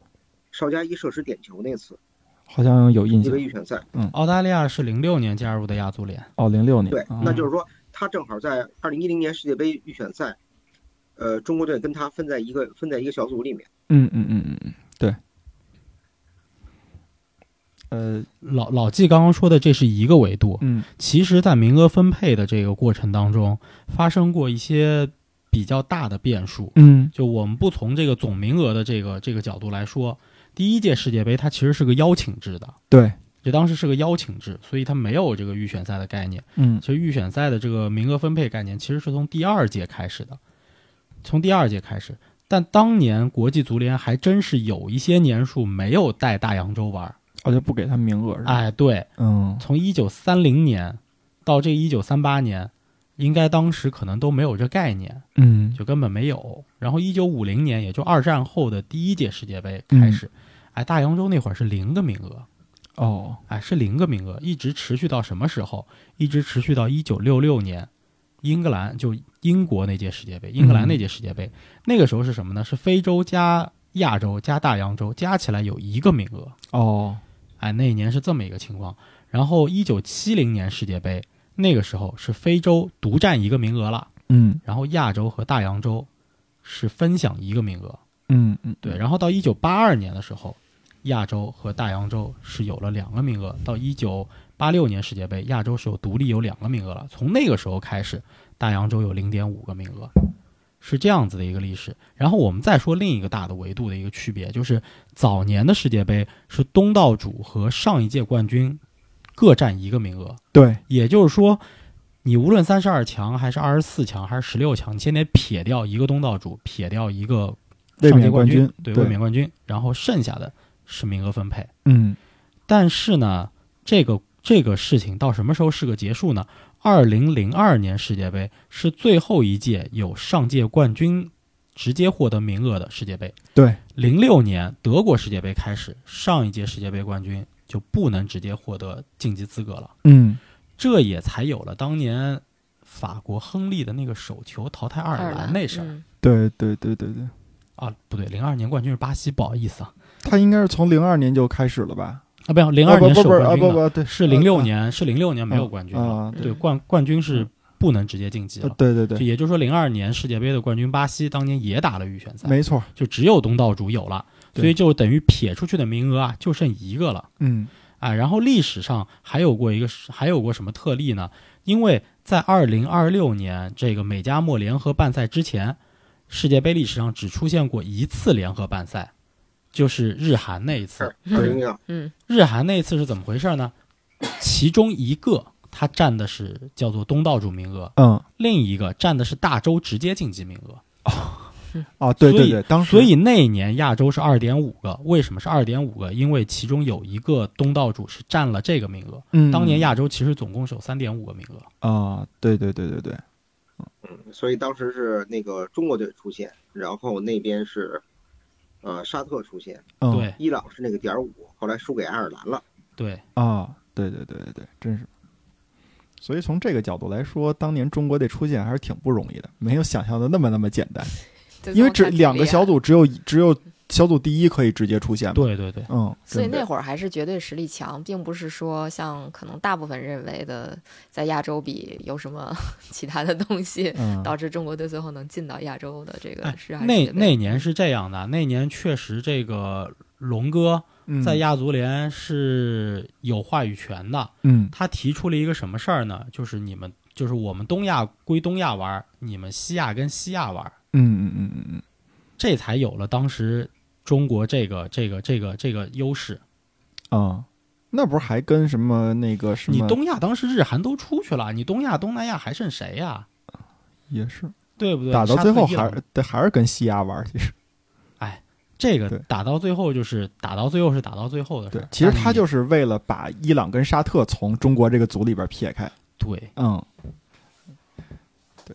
D: 邵佳一射失点球那次
B: 好像有印
D: 那
B: 象
D: 个，预选赛。
C: 澳大利亚是零六年加入的亚足联，
B: 哦，零六年，
D: 对
B: 啊，
D: 那就是说他正好在二零一零年世界杯预选赛，呃，中国队跟他分在一个分在一个小组里面。
B: 嗯嗯嗯嗯嗯，对，呃，
C: 老老纪刚刚说的这是一个维度，
B: 嗯
C: 其实，在名额分配的这个过程当中，发生过一些比较大的变数。
B: 嗯
C: 就我们不从这个总名额的这个这个角度来说，第一届世界杯它其实是个邀请制的，
B: 对，
C: 就当时是个邀请制，所以它没有这个预选赛的概念。
B: 嗯
C: 其实预选赛的这个名额分配概念其实是从第二届开始的，从第二届开始。但当年国际足联还真是有一些年数没有带大洋洲玩儿，
B: 我哦就不给他名额是吧？
C: 哎，对，
B: 嗯，
C: 从一九三零年到这一九三八年，应该当时可能都没有这概念，
B: 嗯
C: 就根本没有。然后一九五零年，也就二战后的第一届世界杯开始，哎，大洋洲那会儿是零个名额，
B: 哦，
C: 哎，是零个名额，一直持续到什么时候？一直持续到一九六六年，英格兰就英国那届世界杯，英格兰那届世界杯，那个时候是什么呢？是非洲加亚洲加大洋洲加起来有一个名额，
B: 哦，
C: 哎，那一年是这么一个情况。然后一九七零年世界杯，那个时候是非洲独占一个名额了，
B: 嗯
C: 然后亚洲和大洋洲是分享一个名额。
B: 嗯嗯，
C: 对，，然后到一九八二年的时候，亚洲和大洋洲是有了两个名额。到一九八六年世界杯，亚洲是有独立有两个名额了。从那个时候开始，大洋洲有零点五个名额，是这样子的一个历史。然后我们再说另一个大的维度的一个区别，就是早年的世界杯是东道主和上一届冠军各占一个名额，
B: 对，
C: 也就是说。你无论三十二强还是二十四强还是十六强，你先得撇掉一个东道主，撇掉一个
B: 卫
C: 上届
B: 冕冠
C: 军，对
B: 对，
C: 卫冕冠军，然后剩下的是名额分配。
B: 嗯
C: 但是呢，这个这个事情到什么时候是个结束呢？二零零二年世界杯是最后一届有上届冠军直接获得名额的世界杯。
B: 对，
C: 零六年德国世界杯开始，上一届世界杯冠军就不能直接获得晋级资格了，
B: 嗯，
C: 这也才有了当年法国亨利的那个手球淘汰爱
A: 爱
C: 尔
A: 尔
C: 兰那事儿、
A: 嗯
B: 对对对对对，
C: 啊，不对，零二年冠军是巴西，不好意思啊，
B: 他应该是从零二年就开始了吧？
C: 啊，不，零二
B: 啊不
C: 年是
B: 不不
C: 有
B: 是
C: 冠
B: 啊
C: 军
B: 不
C: 的，
B: 不对，
C: 是零六
B: 啊
C: 年，是零六年没有冠军
B: 啊
C: 的，
B: 啊对
C: 对，冠冠军是不能直接晋级
B: 呃
C: 了。
B: 对对
C: 就
B: 对，
C: 也就是说，零二年世界杯的冠军巴西当年也打了预选赛，
B: 没错，
C: 就只有东道主有了，
B: 对
C: 所以就等于撇出去的名额啊，就剩一个了。
B: 嗯
C: 啊。然后历史上还有过一个还有过什么特例呢？因为在二零二六年这个美加墨联合办赛之前，世界杯历史上只出现过一次联合办赛，就是日韩那一次。
D: 二零幺，
A: 嗯
C: 日韩那一次是怎么回事呢？其中一个他占的是叫做东道主名额，
B: 嗯，
C: 另一个占的是大洲直接晋级名额。
B: 哦，对
C: 所
B: 对
C: 以
B: 对，当时
C: 所以那一年亚洲是二点五个，为什么是二点五个？因为其中有一个东道主是占了这个名额。
B: 嗯
C: 当年亚洲其实总共是有三点五个名额。
B: 啊，对对对对对，
D: 嗯所以当时是那个中国队出现，然后那边是，呃，沙特出现，
B: 嗯
C: 对
D: 伊朗是那个点儿五，后来输给爱尔兰了。
C: 对，
B: 啊，对对对对对，真是。所以从这个角度来说，当年中国队出现还是挺不容易的，没有想象的那么那么简单。
A: 这
B: 因为
A: 都
B: 只
A: 看
B: 两个
A: 厉害
B: 小，组，只有只有小组第一可以直接出现嘛。
C: 对对对，
B: 嗯，
A: 所以
B: 真的
A: 那会儿还是绝对实力强，并不是说像可能大部分认为的在亚洲比有什么 其他的东西。
B: 嗯
A: 导致中国队最后能进到亚洲的这个
C: 哎
A: 是还是
C: 那
A: 得
C: 那年是这样的，那年确实这个龙哥
B: 嗯
C: 在亚足联是有话语权的。
B: 嗯
C: 他提出了一个什么事儿呢？就是你们，就是我们东亚归东亚玩儿，你们西亚跟西亚玩儿，
B: 嗯嗯嗯嗯嗯
C: 这才有了当时中国这个这个这个这个优势。
B: 啊，那不是还跟什么那个什
C: 你
B: 么
C: 东亚当时日韩都出去了，你东亚东南亚还剩谁呀、
B: 也是
C: 对不对？
B: 打到最后
C: 沙特伊朗
B: 还是对还是跟西亚玩儿，其实
C: 这个
B: 对
C: 打到最后就是打到最后是打到最后的事
B: 对
C: 儿。，
B: 其实他就是是为了把伊朗跟沙特从中国这个组里边撇开。
C: 对
B: 嗯，对，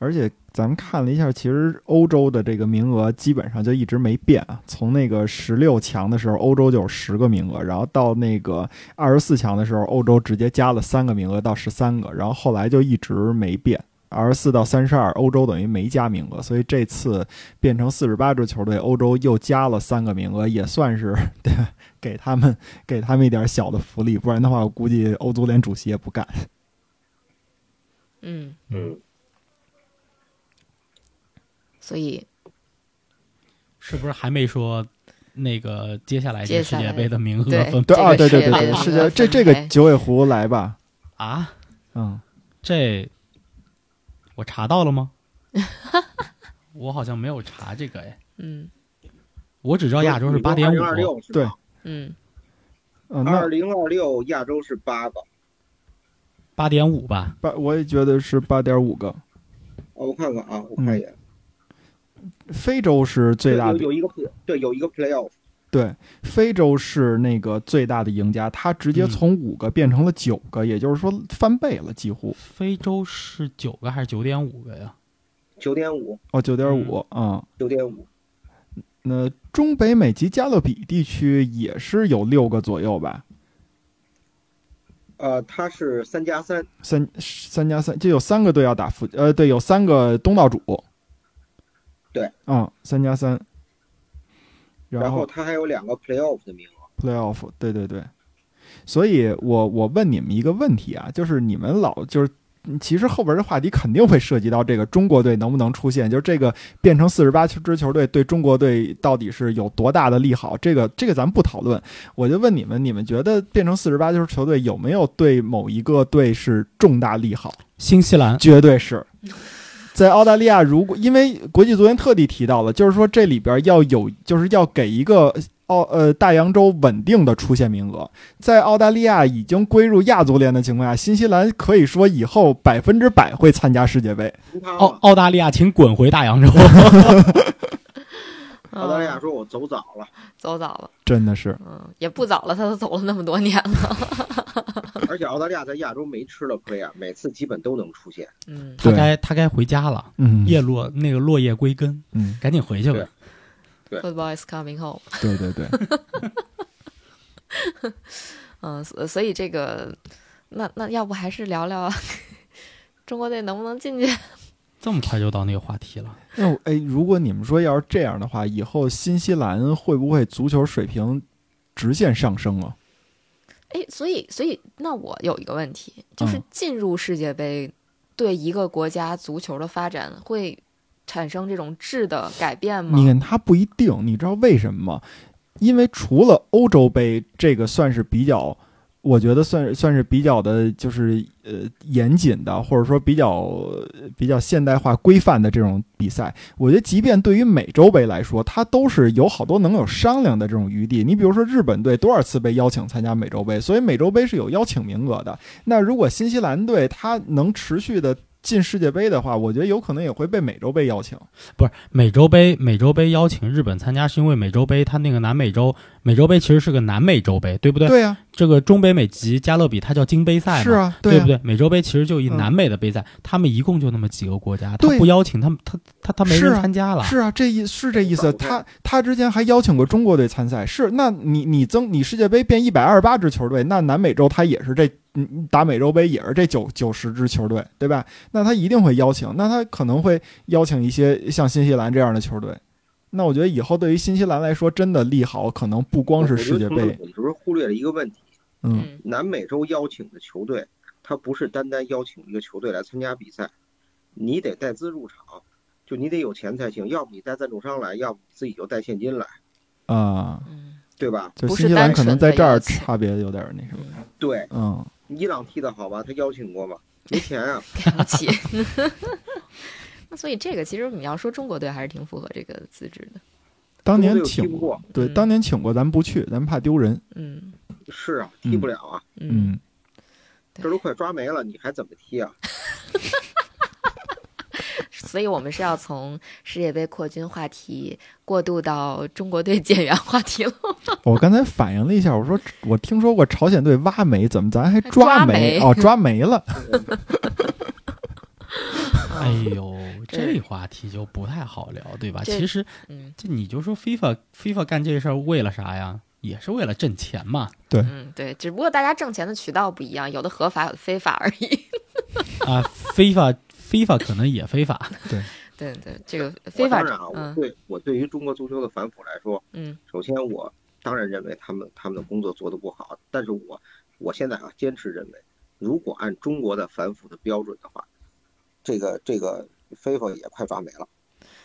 B: 而且咱们看了一下，其实欧洲的这个名额基本上就一直没变啊。从那个十六强的时候，欧洲就有十个名额，然后到那个二十四强的时候，欧洲直接加了三个名额到十三个，然后后来就一直没变。二十四到三十二，欧洲等于没加名额，所以这次变成四十八支球队，欧洲又加了三个名额，也算是 对吧给他们给他们一点小的福利，不然的话，我估计欧足联主席也不干。
A: 嗯，
D: 嗯，
A: 所以
C: 是不是还没说那个接下来这
A: 接
C: 世
A: 下
C: 界
A: 来
C: 杯的名额
A: 对
C: 分
B: 对
A: 这
B: 啊，
A: 个
B: 对对
A: 世界
B: 对
A: 杯
B: 对，
A: 的
B: 世
A: 名
B: 界
A: 额
B: 这
A: 分
B: 这个
A: 配
B: 九尾狐来吧，
C: 啊？
B: 嗯，
C: 这我查到了吗？ 我好像没有查这个哎，
A: 嗯
C: 我只知道亚洲是八点
D: 二
C: 五
D: 零，二六是
B: 对
D: 吧？
A: 嗯
B: 嗯，
D: 二
B: 那
D: 零二六亚洲是八个，
C: 八点五吧？
B: 八我也觉得是八点五个，
D: 哦，我看看啊，我看一眼，
B: 非洲是最大
D: 有
B: 的
D: 有，有一个 play- 对有一个 playoff，
B: 对，非洲是那个最大的赢家，它直接
C: 嗯
B: 从五个变成了九个，也就是说翻倍了，几乎
C: 非洲是九个还是九点五个呀？
D: 九点五，
B: 哦，九点五啊。
D: 九点五，
B: 那中北美及加勒比地区也是有六个左右吧，
D: 呃，它是三加三，
B: 三三加三就有三个队要打附呃，对，有三个东道主，
D: 对，
B: 啊，三加三，
D: 然
B: 后
D: 后它还有两个 playoff 的名额。
B: playoff，对对对。所以我我问你们一个问题啊，就是你们老就是。其实后边的话题肯定会涉及到这个中国队能不能出现，就是这个变成四十八支球队对中国队到底是有多大的利好，这个这个咱们不讨论。我就问你们，你们觉得变成四十八支球队有没有对某一个队是重大利好？
C: 新西 兰
B: 绝对是。在澳大利亚，如果因为国际足联特地提到了，就是说这里边要有，就是要给一个澳呃大洋洲稳定的出现名额。在澳大利亚已经归入亚足联的情况下，新西兰可以说以后百分之百会参加世界杯。
D: 其他
B: 哦
C: 澳澳大利亚，请滚回大洋洲。
D: 澳大利亚
A: 嗯
D: 说我走早了，
A: 走早了，
B: 真的是，
A: 嗯，也不早了，他都走了那么多年了，
B: 哦
D: 而且澳大利亚在亚洲没吃了亏啊，每次基本都能出现。
A: 嗯，
C: 他
B: 对
C: 该他该回家了，
B: 嗯
C: 叶落那个落叶归根，
B: 嗯，
C: 赶紧回去吧
D: 对。对
A: Football is coming home。
B: 对对对，
A: 嗯，所所以这个，那那要不还是聊聊 中国队能不能进去？
C: 这么快就到那个话题了，
B: 那我哎，如果你们说要是这样的话，以后新西兰会不会足球水平直线上升啊？
A: 哎，所以所以那我有一个问题，就是
B: 嗯
A: 进入世界杯对一个国家足球的发展会产生这种质的改变吗
B: 嗯你？看，它不一定，你知道为什么吗？因为除了欧洲杯这个算是比较，我觉得算是算是比较的，就是呃严谨的，或者说比较比较现代化规范的这种比赛，我觉得即便对于美洲杯来说，它都是有好多能有商量的这种余地。你比如说日本队多少次被邀请参加美洲杯，所以美洲杯是有邀请名额的。那如果新西兰队它能持续的。进世界杯的话，我觉得有可能也会被美洲杯邀请。
C: 不是美洲杯，美洲杯邀请日本参加是因为美洲杯它那个南美洲，美洲杯其实是个南美洲杯，对不对？
B: 对呀、
C: 这个中北美及加勒比它叫金杯赛嘛，
B: 是啊，
C: 对
B: 呀、
C: 不对？美洲杯其实就以
B: 嗯
C: 南美的杯赛，他们一共就那么几个国家，他
B: 对
C: 不邀请他们，他他他没
B: 是
C: 人
B: 啊
C: 参加了。
B: 是啊，这意是这意思。
D: 嗯
B: 他他之前还邀请过中国队参赛，是那你你增你世界杯变一百二十八支球队，那南美洲他也是这嗯打美洲杯也是这九九十支球队，对吧？那他一定会邀请，那他可能会邀请一些像新西兰这样的球队。那我觉得以后对于新西兰来说，真的利好可能不光是世界
D: 我觉得从
B: 杯，
D: 这里就是忽略了一个问题：
B: 嗯，
A: 嗯
D: 南美洲邀请的球队，他不是单单邀请一个球队来参加比赛，你得带资入场，就你得有钱才行，要不你带赞助商来，要不你自己就带现金来，
B: 啊、
A: 嗯，
D: 对吧？
B: 就
A: 不
B: 新
A: 是
B: 西兰
A: 单
B: 可
A: 纯
B: 能
A: 的
B: 在这儿
A: 邀请
B: 差别有点儿那什么，
D: 对，
B: 嗯。
D: 伊朗踢的好吧，他邀请过吗？没钱啊，
A: 给不起。 那所以这个其实你要说中国队还是挺符合这个资质的，
B: 当
D: 中国
B: 年
D: 队
B: 请
D: 踢不过，
B: 对，
A: 嗯
B: 当年请过，咱们不去，咱们怕丢人。
A: 嗯
D: 是啊，踢不了啊，
A: 嗯，
D: 这都快抓没了，你还怎么踢 啊？
A: 所以我们是要从世界杯扩军话题过渡到中国队减员话题了。
B: 我刚才反应了一下，我说我听说过朝鲜队挖煤，怎么咱还
A: 抓煤
B: 煤？哦，抓煤了。啊
C: 哎呦，
A: 对
C: 这话题就不太好聊，对吧？
A: 这
C: 其实
A: 嗯
C: 这你就说 FIFA FIFA 干这事儿为了啥呀？也是为了挣钱 嘛。
A: 嗯，对，只不过大家挣钱的渠道不一样，有的合法，有的非法而已。
C: 啊，FIFA FIFA 可能也非法，
A: 对对，这个非
D: 我
A: 法
D: 当然啊，，我
A: 嗯
D: 对我对于中国足球的反腐来说，
A: 嗯
D: 首先，我当然认为他们他们的工作做得不好，但是我我现在啊坚持认为，如果按中国的反腐的标准的话，这个这个 FIFA 也快抓没了。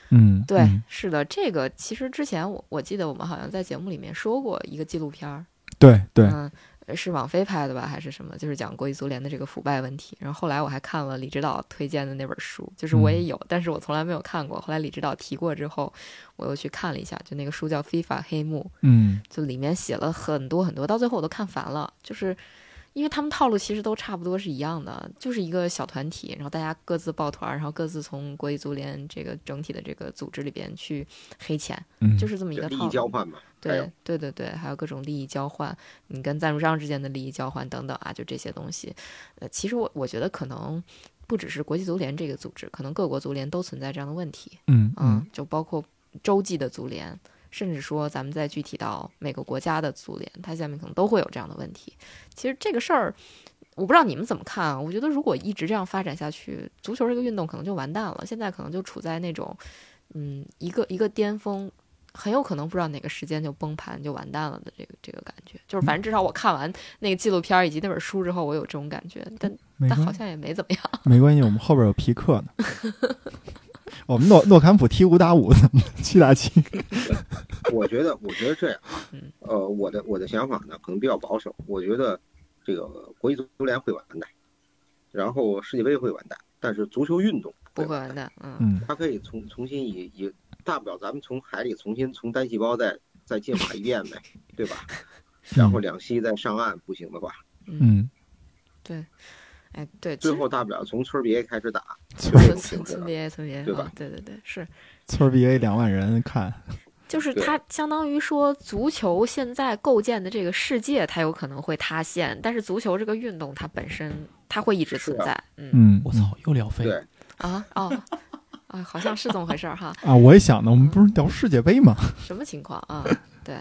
B: 嗯，
A: 对，
B: 嗯
A: 是的，这个其实之前我我记得我们好像在节目里面说过一个纪录片儿，
B: 对对，
A: 嗯，是网飞拍的吧，还是什么？就是讲国际足联的这个腐败问题。然后后来我还看了李指导推荐的那本书，就是我
B: 嗯
A: 也有，但是我从来没有看过。后来李指导提过之后，我又去看了一下，就那个书叫《FIFA 黑幕
B: 嗯》，
A: 就里面写了很多很多，到最后我都看烦了，就是。因为他们套路其实都差不多是一样的，就是一个小团体，然后大家各自抱团，然后各自从国际足联这个整体的这个组织里边去黑钱，
B: 嗯，
A: 就是是这么一个
D: 利
A: 套
D: 益
A: 路。
D: 交换嘛，还有
A: 对对对对，还有各种利益交换，你跟赞助商之间的利益交换等等啊，就这些东西。呃，其实我我觉得可能不只是国际足联这个组织，可能各国足联都存在这样的问题。
B: 嗯
A: 嗯，就包括洲际的足联，甚至说咱们再具体到每个国家的足联，它下面可能都会有这样的问题。其实这个事儿，我不知道你们怎么看啊？我觉得如果一直这样发展下去，足球这个运动可能就完蛋了。现在可能就处在那种，嗯，一个一个巅峰。很有可能不知道哪个时间就崩盘就完蛋了的这个这个感觉，就是反正至少我看完那个纪录片儿以及那本书之后，我有这种感觉，但
B: 没
A: 但好
B: 关系，
A: 像也没怎么样。
B: 没关系，我们后边有皮克 呢。我们诺诺坎普踢五打五，咱们七打七。
D: 我觉得我觉得这样啊
A: 嗯，
D: 呃，我的我的想法呢可能比较保守，我觉得这个国际足联会完蛋，然后世界杯会完蛋，但是足球运动
A: 不会完蛋，嗯，
B: 嗯，
D: 它可以重重新以以，大不了咱们从海里重新从单细胞再再进化一遍呗，对吧？ 然
C: 嗯
D: 后两栖再上岸，不行的吧？
B: 嗯，
A: 哎，对，其
D: 最
A: 实
D: 后大不了从村儿 BA 开始打，
B: 村
D: 就这
A: 村
D: 种形
A: 村
D: 式
A: 村
D: 了。
A: 别村别，
D: 对吧
A: 啊对对对，是，
B: 村儿 BA 两万人看，
A: 就是
D: 对
A: 它相当于说，足球现在构建的这个世界，它有可能会塌陷，但是足球这个运动它本身，它会一直存
D: 是啊
A: 在。嗯
B: 嗯，
C: 我操，又聊飞了。
D: 对，
A: 啊哦啊，好像是这么回事儿哈，
B: 啊！我也想呢，我们不是聊世界杯吗？
A: 什么情况啊？对，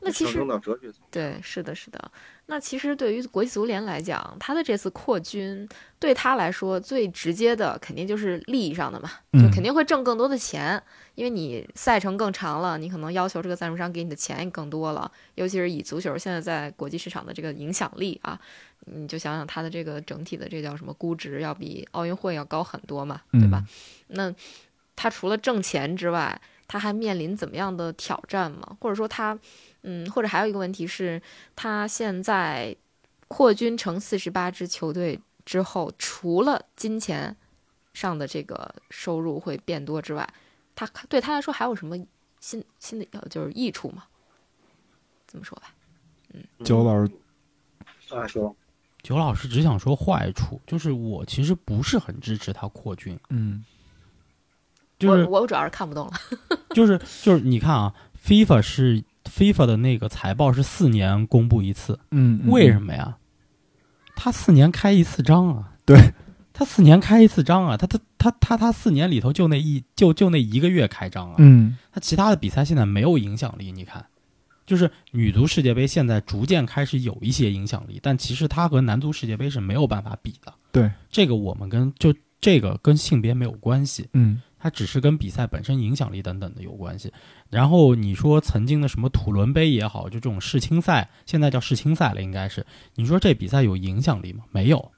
A: 那其
D: 上
A: 实
D: 升到哲学层。
A: 对，是的，是的。那其实对于国际足联来讲，他的这次扩军对他来说最直接的肯定就是利益上的嘛，就
B: 嗯
A: 肯定会挣更多的钱，因为你赛程更长了，你可能要求这个赞助商给你的钱也更多了。尤其是以足球现在在国际市场的这个影响力啊，你就想想它的这个整体的这叫什么估值
B: 嗯
A: 要比奥运会要高很多嘛，对吧？那他除了挣钱之外，他还面临怎么样的挑战吗？或者说他，嗯，或者还有一个问题是，他现在扩军成四十八支球队之后，除了金钱上的这个收入会变多之外，他对他来说还有什么新新的呃就是益处吗？这么说吧，
B: 嗯
D: 嗯
B: 九老师，
D: 啊，说
C: 九老师只想说坏处，就是我其实不是很支持他扩军，
B: 嗯，
C: 就是
A: 我我主要是看不懂了，
C: 就是就是你看啊，FIFA 是 FIFA 的那个财报是四年公布一次，
B: 嗯，
C: 为什
B: 么？
C: 么呀？他四年开一次张啊，
B: 对，
C: 他四年开一次张啊，他他他他他四年里头就那一就就那一个月开张啊，
B: 嗯
C: 他其他的比赛现在没有影响力，你看，就是女足世界杯现在逐渐开始有一些影响力，但其实它和男足世界杯是没有办法比的。
B: 对，
C: 这个我们跟就这个跟性别没有关系，
B: 嗯
C: 它只是跟比赛本身影响力等等的有关系。然后你说曾经的什么土伦杯也好，就这种世青赛，现在叫世青赛了，应该是你说这比赛有影响力吗？没有，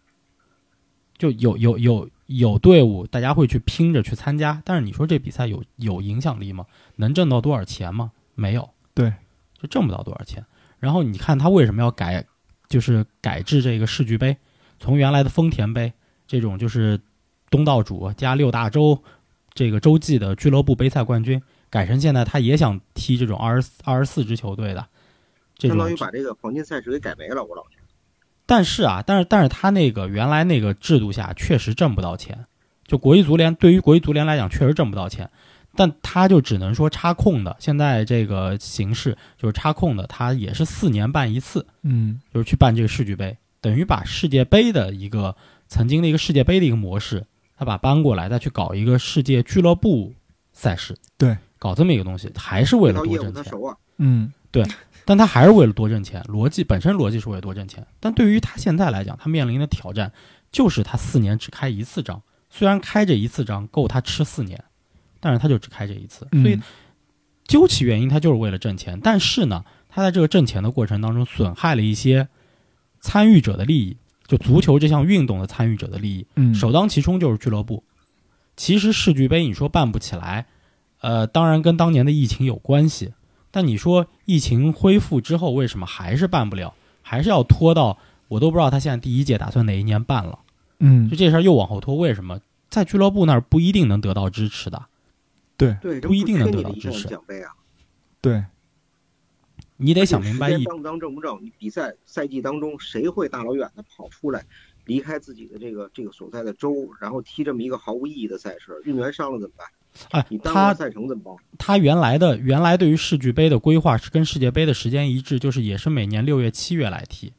C: 就有有有有队伍，大家会去拼着去参加，但是你说这比赛有有影响力吗？能挣到多少钱吗？没有，
B: 对，
C: 就挣不到多少钱。然后你看他为什么要改，就是改制这个世俱杯，从原来的丰田杯这种就是东道主加六大洲这个洲际的俱乐部杯赛冠军，改成现在他也想踢这种二十二十四支球队的这
D: 相
C: 种
D: 当于把这个黄金赛事给改没了，我老觉得
C: 但是啊，但是但是他那个原来那个制度下确实挣不到钱，就国际足联对于国际足联来讲确实挣不到钱，但他就只能说插空的。现在这个形式就是插空的，他也是四年办一次，
B: 嗯
C: 就是去办这个世俱杯，等于把世界杯的一个曾经的一个世界杯的一个模式，他把搬过来，再去搞一个世界俱乐部赛事，
B: 对，
C: 搞这么一个东西，还是为了
D: 这套
C: 多
D: 业务
C: 挣
D: 他
C: 钱。
D: 熟啊，
B: 嗯
C: 但他还是为了多挣钱，逻辑本身逻辑是为了多挣钱。但对于他现在来讲，他面临的挑战就是他四年只开一次张，虽然开这一次张够他吃四年，但是他就只开这一次。所以
B: 嗯
C: 究其原因，他就是为了挣钱。但是呢，他在这个挣钱的过程当中，损害了一些参与者的利益，就足球这项运动的参与者的利益。
B: 嗯
C: 首当其冲就是俱乐部。其实世俱杯你说办不起来，呃，当然跟当年的疫情有关系，但你说疫情恢复之后为什么还是办不了，还是要拖到我都不知道他现在第一届打算哪一年办了，
B: 嗯
C: 就，这事儿又往后拖，为什么？在俱乐部那儿不一定能得到支持的，
D: 对，这
C: 不一定能
D: 缺
C: 得
D: 你
C: 到
D: 的一
C: 支
D: 项
C: 持
D: 奖杯啊。
B: 对，
C: 你得
D: 得
C: 想明白一
D: 当不当正不正？你比赛赛季当中，谁会大老远的跑出来，离开自己的这个这个所在的州，然后踢这么一个毫无意义的赛事？运动员伤了怎么办？
C: 哎
D: 你，耽误
C: 他
D: 了赛程怎么办？
C: 他原来的原来对于世俱杯的规划是跟世界杯的时间一致，就是也是每年六月七月来踢。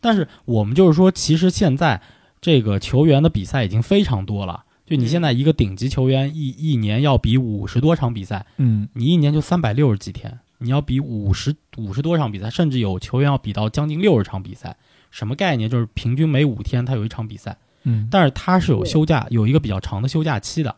C: 但是我们就是说，其实现在这个球员的比赛已经非常多了。就你
A: 嗯
C: 现在一个顶级球员一一年要比五十多场比赛，
B: 嗯
C: 你一年就三百六十几天，你要比五十五十多场比赛，甚至有球员要比到将近六十场比赛，什么概念？就是平均每五天他有一场比赛。
B: 嗯，
C: 但是他是有休假，有一个比较长的休假期的，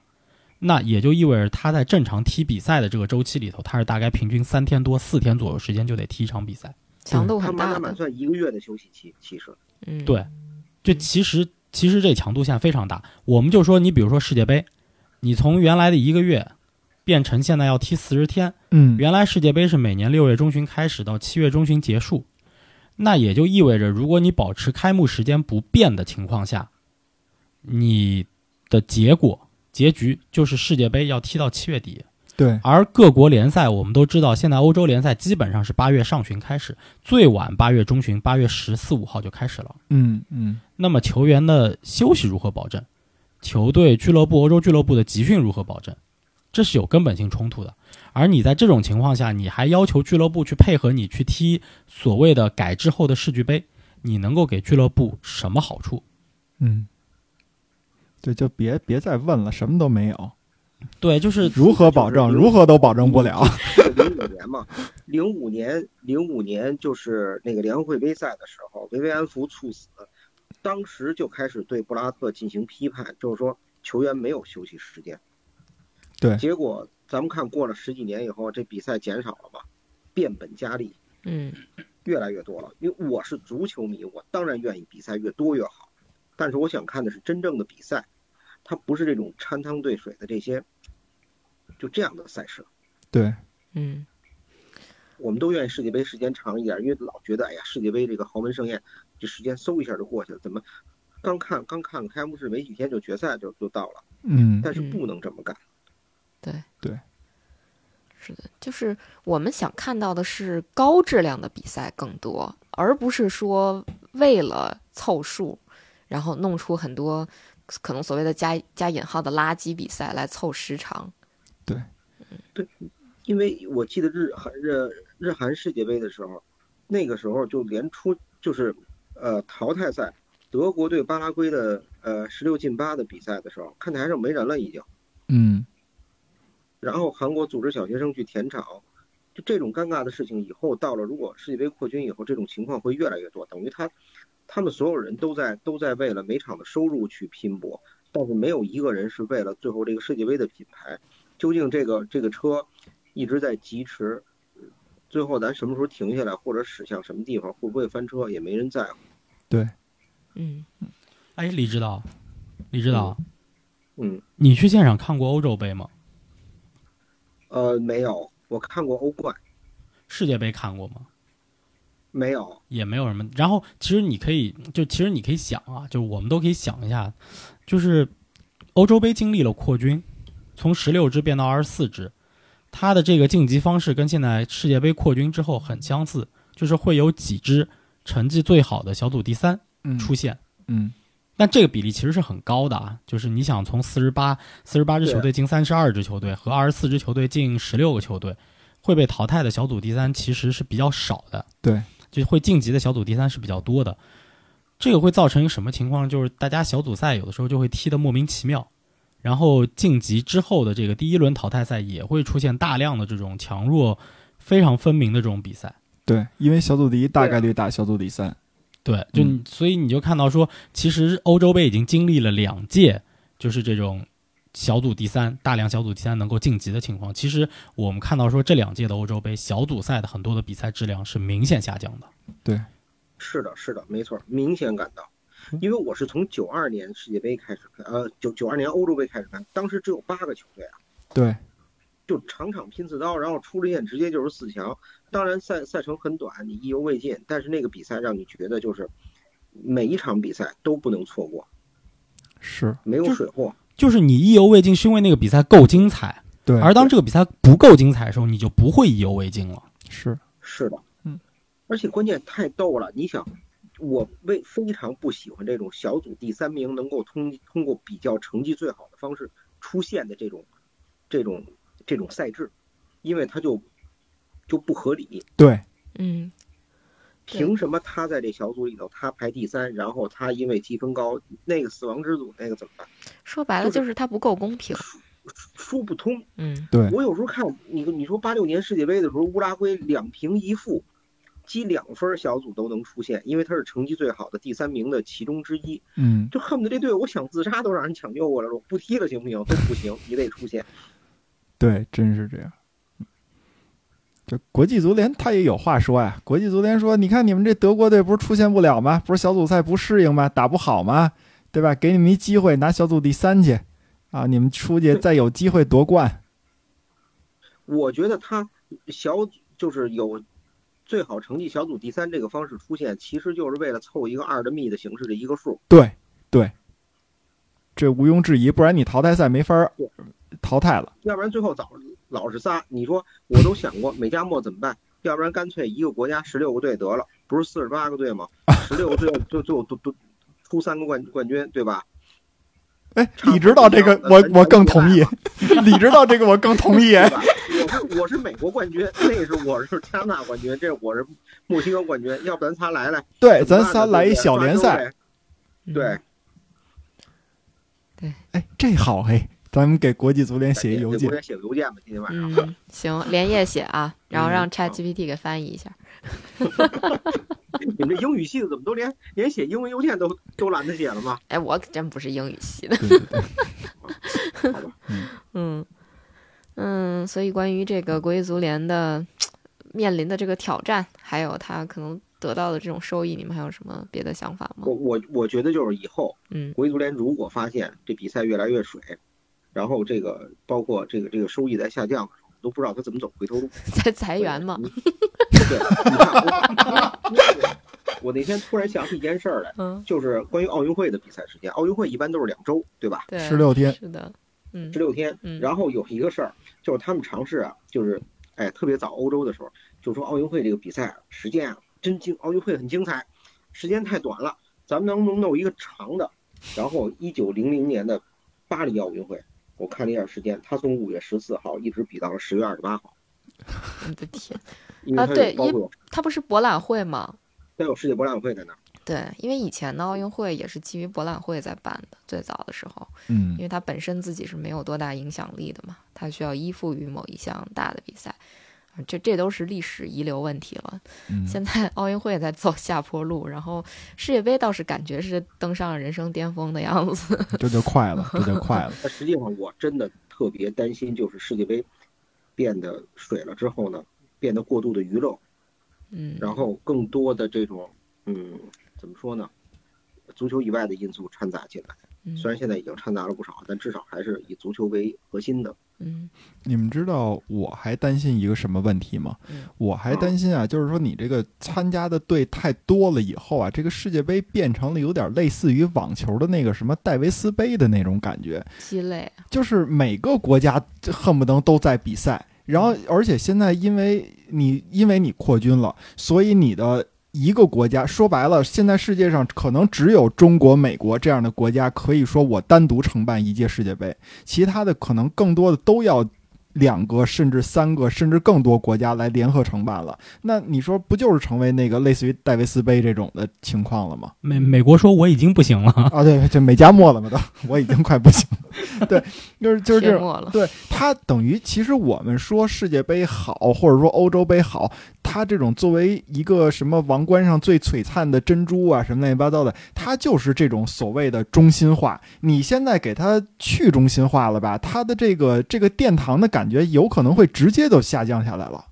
C: 那也就意味着他在正常踢比赛的这个周期里头，他是大概平均三天多四天左右时间就得踢一场比赛。
A: 强度
D: 他
A: 很
D: 满
A: 大
D: 打满
A: 的，
D: 算一个月的休息期，其 实
A: 嗯，
C: 对就其实其实这强度线非常大。我们就说，你比如说世界杯，你从原来的一个月变成现在要踢四十天，
B: 嗯
C: 原来世界杯是每年六月中旬开始到七月中旬结束，那也就意味着，如果你保持开幕时间不变的情况下，你的结果结局就是世界杯要踢到七月底。
B: 对，
C: 而各国联赛，我们都知道，现在欧洲联赛基本上是八月上旬开始，最晚八月中旬，八月十四五号就开始了。
B: 嗯嗯
C: 那么球员的休息如何保证？球队、俱乐部、欧洲俱乐部的集训如何保证？这是有根本性冲突的。而你在这种情况下，你还要求俱乐部去配合你去踢所谓的改制后的世俱杯，你能够给俱乐部什么好处？
B: 嗯，对，就别别再问了，什么都没有，
C: 对，就是嗯
B: 如何保证？如何都保证不了。
D: 零五年嘛，零五年零五年就是那个联合会杯赛的时候，维维安福猝死，当时就开始对布拉特进行批判，就是说球员没有休息时间。
B: 对
D: 结果咱们看过了十几年以后，这比赛减少了吧，变本加厉，
A: 嗯
D: 越来越多了。因为我是足球迷，我当然愿意比赛越多越好，但是我想看的是真正的比赛，它不是这种掺汤兑水的这些，就这样的赛事。
B: 对，
A: 嗯
D: 我们都愿意世界杯时间长一点，因为老觉得哎呀，世界杯这个豪门盛宴，这时间嗖一下就过去了，怎么刚看刚看开幕式没几天就决赛就就到了？
B: 嗯
D: 但是
A: 嗯
D: 不能这么干。
A: 是的，就是我们想看到的是高质量的比赛更多，而不是说为了凑数，然后弄出很多可能所谓的加加引号的垃圾比赛来凑时长。
D: 因为我记得日韩日日韩世界杯的时候，那个时候就连出就是呃淘汰赛，德国对巴拉圭的呃十六进八的比赛的时候，看台上没人了已经。
B: 嗯
D: 然后韩国组织小学生去填场，就这种尴尬的事情，以后到了如果世界杯扩军以后，这种情况会越来越多。等于他，他们所有人都在都在为了每场的收入去拼搏，但是没有一个人是为了最后这个世界杯的品牌。究竟这个这个车一直在疾驰，最后咱什么时候停下来，或者驶向什么地方，会不会翻车，也没人在乎。
A: 嗯，
C: 哎，李指导，李指导，
D: 嗯，
C: 你去现场看过欧洲杯吗？
D: 呃，没有，我看过欧冠，
C: 世界杯看过吗？
D: 没有，
C: 也没有什么。然后其实你可以，就其实你可以想啊，就是我们都可以想一下，就是欧洲杯经历了扩军，从十六支变到二十四支，它的这个晋级方式跟现在世界杯扩军之后很相似，就是会有几支成绩最好的小组第三
B: 嗯
C: 出现。
B: 嗯
C: 但这个比例其实是很高的啊，就是你想从四十八四十八支球队进三十二支球队和二十四支球队进十六个球队，会被淘汰的小组第三其实是比较少的。
B: 对，
C: 就会晋级的小组第三是比较多的。这个会造成一个什么情况？就是大家小组赛有的时候就会踢得莫名其妙，然后晋级之后的这个第一轮淘汰赛也会出现大量的这种强弱非常分明的这种比赛。
B: 对，因为小组第一大
D: 对啊
B: 概率打小组第三，
C: 对，就你、所以你就看到说，其实欧洲杯已经经历了两届，就是这种小组第三，大量小组第三能够晋级的情况。其实我们看到说，这两届的欧洲杯小组赛的很多的比赛质量是明显下降的。
D: 是的，是的，没错，明显感到，
C: 嗯
D: 因为我是从九二年世界杯开始看，呃，九九二年欧洲杯开始看，当时只有八个球队啊，
B: 对，
D: 就场场拼刺刀，然后出了线直接就是四强。当然赛赛程很短，你意犹未尽，但是那个比赛让你觉得就是每一场比赛都不能错过，
B: 是，
D: 没有
C: 就是
D: 水货。
C: 就是你意犹未尽，是因为那个比赛够精彩，
B: 对，
C: 而当这个比赛不够精彩的时候，你就不会意犹未尽了。
B: 是，
D: 是的，
B: 嗯，
D: 而且关键太逗了，你想，我为非常不喜欢这种小组第三名能够通通过比较成绩最好的方式出现的这种这种这种赛制，因为它就就不合理。
B: 对，
A: 嗯，对
D: 凭什么他在这小组里头他排第三，然后他因为积分高，那个死亡之组那个怎么办？
A: 说白了
D: 就是
A: 就是它不够公平。
D: 说不通。
A: 嗯
B: 对，
D: 我有时候看你，你说八六年世界杯的时候，乌拉圭两平一负，积两分小组都能出现，因为他是成绩最好的第三名的其中之一，
B: 嗯，
D: 就恨不得这队我想自杀都让人抢救过来了，我不踢了行不行？都不行，你得出现。
B: 对，真是这样。这国际足联他也有话说呀。国际足联说：“你看你们这德国队不是出现不了吗？不是小组赛不适应吗？打不好吗？对吧？给你们一机会拿小组第三去，啊，你们出去再有机会夺冠。
D: 我觉得他小组就是有最好成绩小组第三这个方式出现，其实就是为了凑一个二的幂的形式的一个数。
B: 对对，这毋庸置疑，不然你淘汰赛没法儿
D: 对
B: 淘汰了。
D: 要不然最后早老是仨。你说我都想过美加墨怎么办？要不然干脆一个国家十六个队得了，不是四十八个队吗？十六个队就 就就就出三个冠冠军，对吧？
B: 哎，
D: 差不多
B: 李指导这个
D: 就
B: 我
D: 是
B: 我更同意，李指导这个我更同意。
D: 对吧？我是我是美国冠军， 那是我是加拿大冠军，这我是墨西哥冠军。要不咱仨来来，
B: 对，哎咱
D: 怎么
B: 仨
D: 办呢
B: 来一小联赛，，
A: 嗯
B: 嗯
D: 对不对，
B: 哎，这好嘿，咱们给国际足联
D: 抓
B: 写
D: 周围
B: 一邮
D: 给
B: 件
D: 国。家写个邮件吧，今天晚上。
A: 嗯，行，连夜写啊，然后让
D: 嗯
A: Chat GPT 给翻译一下。
D: 你们这英语系的怎么都连连写英文邮件都都懒得写了吗？
A: 哎，我可真不是英语系的。
B: 对对对，
D: 好吧，
A: 嗯嗯，所以关于这个国际足联的面临的这个挑战，还有他可能得到的这种收益，你们还有什么别的想法吗
D: 我？我我觉得就是以后
A: 嗯
D: 国际足联如果发现这比赛越来越水，然后这个包括这个这个收益在下降的时候，都不知道他怎么走回头路。
A: 在裁员嘛，
D: 你对，你看我我我我 那天突然想起一件事儿来，
A: 嗯，
D: 就是关于奥运会的比赛时间。奥运会一般都是两周，对吧？
A: 对，
B: 十六天，
A: 是的，嗯
D: 十，六天
A: 嗯。
D: 然后有一个事儿，就是他们尝试啊，就是哎，特别早欧洲的时候，就说奥运会这个比赛啊时间啊真精，奥运会很精彩，时间太短了，咱们能不能弄一个长的？然后
A: 啊
D: 一九零零年的巴黎奥运会，我看了一下时间，他从五月十四号一直比到了十月二十八号，
A: 我的天，
D: 因为
A: 啊
D: 它
A: 对
D: 有包
A: 因
D: 括有
A: 它不是博览会吗？
D: 它有世界博览会在那儿。
A: 对，因为以前的奥运会也是基于博览会在办的，最早的时候，
B: 嗯
A: 因为它本身自己是没有多大影响力的嘛，它需要依附于某一项大的比赛，啊这这都是历史遗留问题了。
B: 嗯，
A: 现在奥运会在走下坡路，然后世界杯倒是感觉是登上了人生巅峰的样子。
B: 这就快了，这就快了，
D: 但实际上，我真的特别担心，就是世界杯变得水了之后呢，变得过度的娱乐，
A: 嗯，
D: 然后更多的这种，嗯，怎么说呢？足球以外的因素掺杂进来，
A: 嗯
D: 虽然现在已经掺杂了不少，但至少还是以足球为核心的。
A: 嗯
B: 你们知道我还担心一个什么问题吗？
A: 嗯
B: 我还担心啊，就是说你这个参加的队太多了以后啊，这个世界杯变成了有点类似于网球的那个什么戴维斯杯的那种感觉，
A: 鸡肋，啊
B: 就是每个国家恨不得都在比赛。然后，而且现在因为你因为你扩军了，所以你的一个国家说白了，现在世界上可能只有中国、美国这样的国家可以说我单独承办一届世界杯，其他的可能更多的都要两个甚至三个甚至更多国家来联合承办了。那你说不就是成为那个类似于戴维斯杯这种的情况了吗？
C: 美美国说我已经不行了，
B: 啊，对，这美加墨了嘛都，我已经快不行了。对， 就是 就是这
A: 血
B: 种。
A: 没了。
B: 对它等于，其实我们说世界杯好，或者说欧洲杯好，它这种作为一个什么王冠上最璀璨的珍珠啊，什么乱七八糟的，它就是这种所谓的中心化。你现在给它去中心化了吧，它的这个这个殿堂的感觉有可能会直接就下降下来了。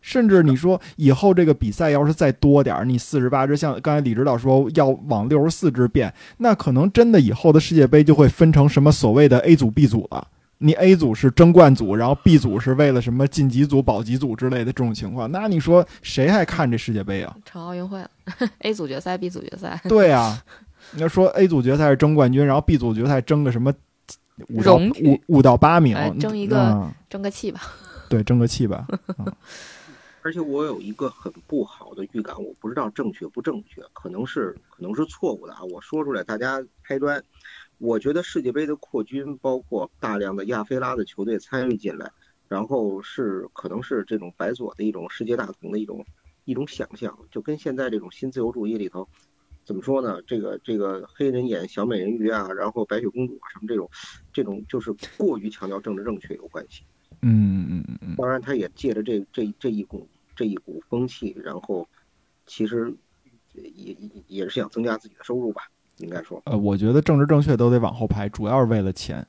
B: 甚至你说以后这个比赛要是再多点儿，你四十八支，像刚才李指导说要往六十四支变，那可能真的以后的世界杯就会分成什么所谓的 A 组、B 组了。你 A 组是争冠组，然后 B 组是为了什么晋级组、保级组之类的这种情况，那你说谁还看这世界杯啊？
A: 成奥运会了，A 组决赛、B 组决赛，
B: 对啊，你要说 A 组决赛是争冠军，然后 B 组决赛争个什么五到
A: 荣誉
B: 五五到八名
A: 哎，争一个
B: 嗯
A: 争个气吧。
B: 对，争个 气吧。嗯
D: 而且我有一个很不好的预感，我不知道正确不正确，可能是可能是错误的啊！我说出来大家开端。我觉得世界杯的扩军，包括大量的亚非拉的球队参与进来，然后是可能是这种白左的一种世界大同的一种一种想象，就跟现在这种新自由主义里头，怎么说呢？这个这个黑人演小美人鱼啊，然后白雪公主啊什么这种，这种就是过于强调政治正确有关系。
B: 嗯嗯嗯嗯，
D: 当然，他也借着这这这一股这一股风气，然后其实也也也是想增加自己的收入吧，应该说。
B: 呃，我觉得政治正确都得往后排，主要是为了钱，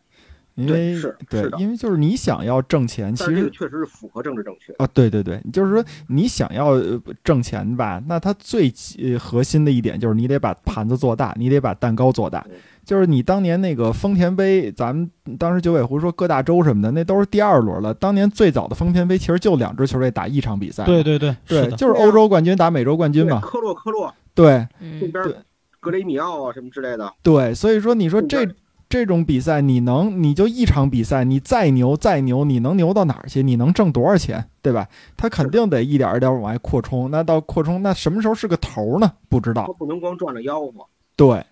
B: 因
D: 对
B: 为
D: 是
B: 对
D: 是的
B: 因为就是你想要挣钱，其
D: 但是这
B: 实
D: 个确实是符合政治正确的。
B: 啊，对对对，就是说你想要呃挣钱吧，那它最呃核心的一点就是你得把盘子做大，你得把蛋糕做大
D: 嗯。
B: 就是你当年那个丰田杯，咱们当时九尾狐说各大洲什么的，那都是第二轮了。当年最早的丰田杯其实就两支球队打一场比赛，
C: 对对对， 是
B: 对，
C: 的，
B: 就是欧洲冠军打美洲冠军嘛，
D: 科洛科洛
B: 对
D: 这
A: 嗯，
B: 对
D: 边格雷米奥啊什么之类的，
B: 对，所以说你说
D: 中
B: 这
D: 间。
B: 这种比赛，你能你就一场比赛，你再牛再牛，你能牛到哪儿去？你能挣多少钱，对吧？他肯定得一点一点往外扩充。那到扩充，那什么时候是个头儿呢？不知
D: 他
A: 哦
B: 道。
D: 不能光转着吆喝。
B: 对，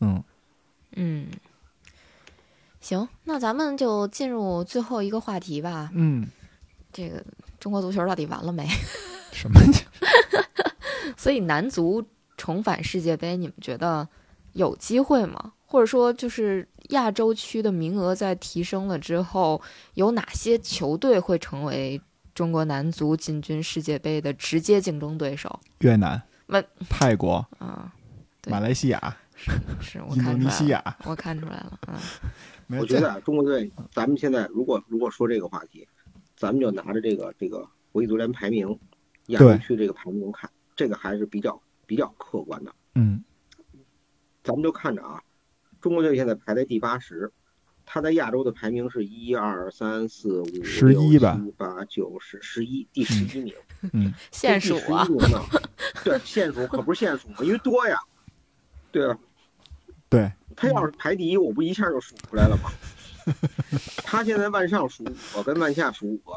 B: 嗯，
A: 嗯，行，那咱们就进入最后一个话题吧。
B: 嗯，
A: 这个中国足球到底完了没？
B: 什么？
A: 所以男足重返世界杯，你们觉得有机会吗？或者说，就是亚洲区的名额在提升了之后，有哪些球队会成为中国男足进军世界杯的直接竞争对手？
B: 越南
A: 那、
B: 泰国、
A: 啊，对
B: 马来西亚、
A: 是是，我
B: 印度
A: 看出
B: 尼
A: 来
B: 西
A: 了，
B: 亚，
A: 我看出来了， 嗯，
B: 没有
D: 我觉
B: 这
D: 得啊，中国队，咱们现在如果如果说这个话题，咱们就拿着这个这个国际足联排名，亚洲
B: 对
D: 区这个排名看，这个还是比较比较客观的。
B: 嗯
D: 咱们就看着啊，中国队现在排在第八十，他在亚洲的排名是一二三四五
B: 11吧，
D: 八九十十一第十一名，
A: 现数啊，
D: 这第11名呢对，现数可不是现数嘛，因为多呀，对啊，
B: 对，
D: 他要是排第一，我不一下就数出来了吗？他现在万上数五个，跟万下数五个，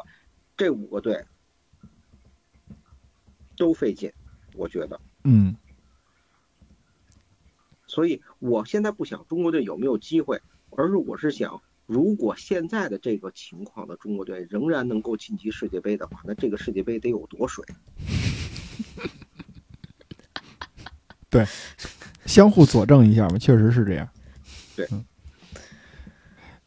D: 这五个队都费劲，我觉得。
B: 嗯
D: 所以我现在不想中国队有没有机会，而是我是想，如果现在的这个情况的中国队仍然能够晋级世界杯的话，那这个世界杯得有多水？
B: 相互佐证一下嘛，确实是这样。
D: 对
B: 嗯。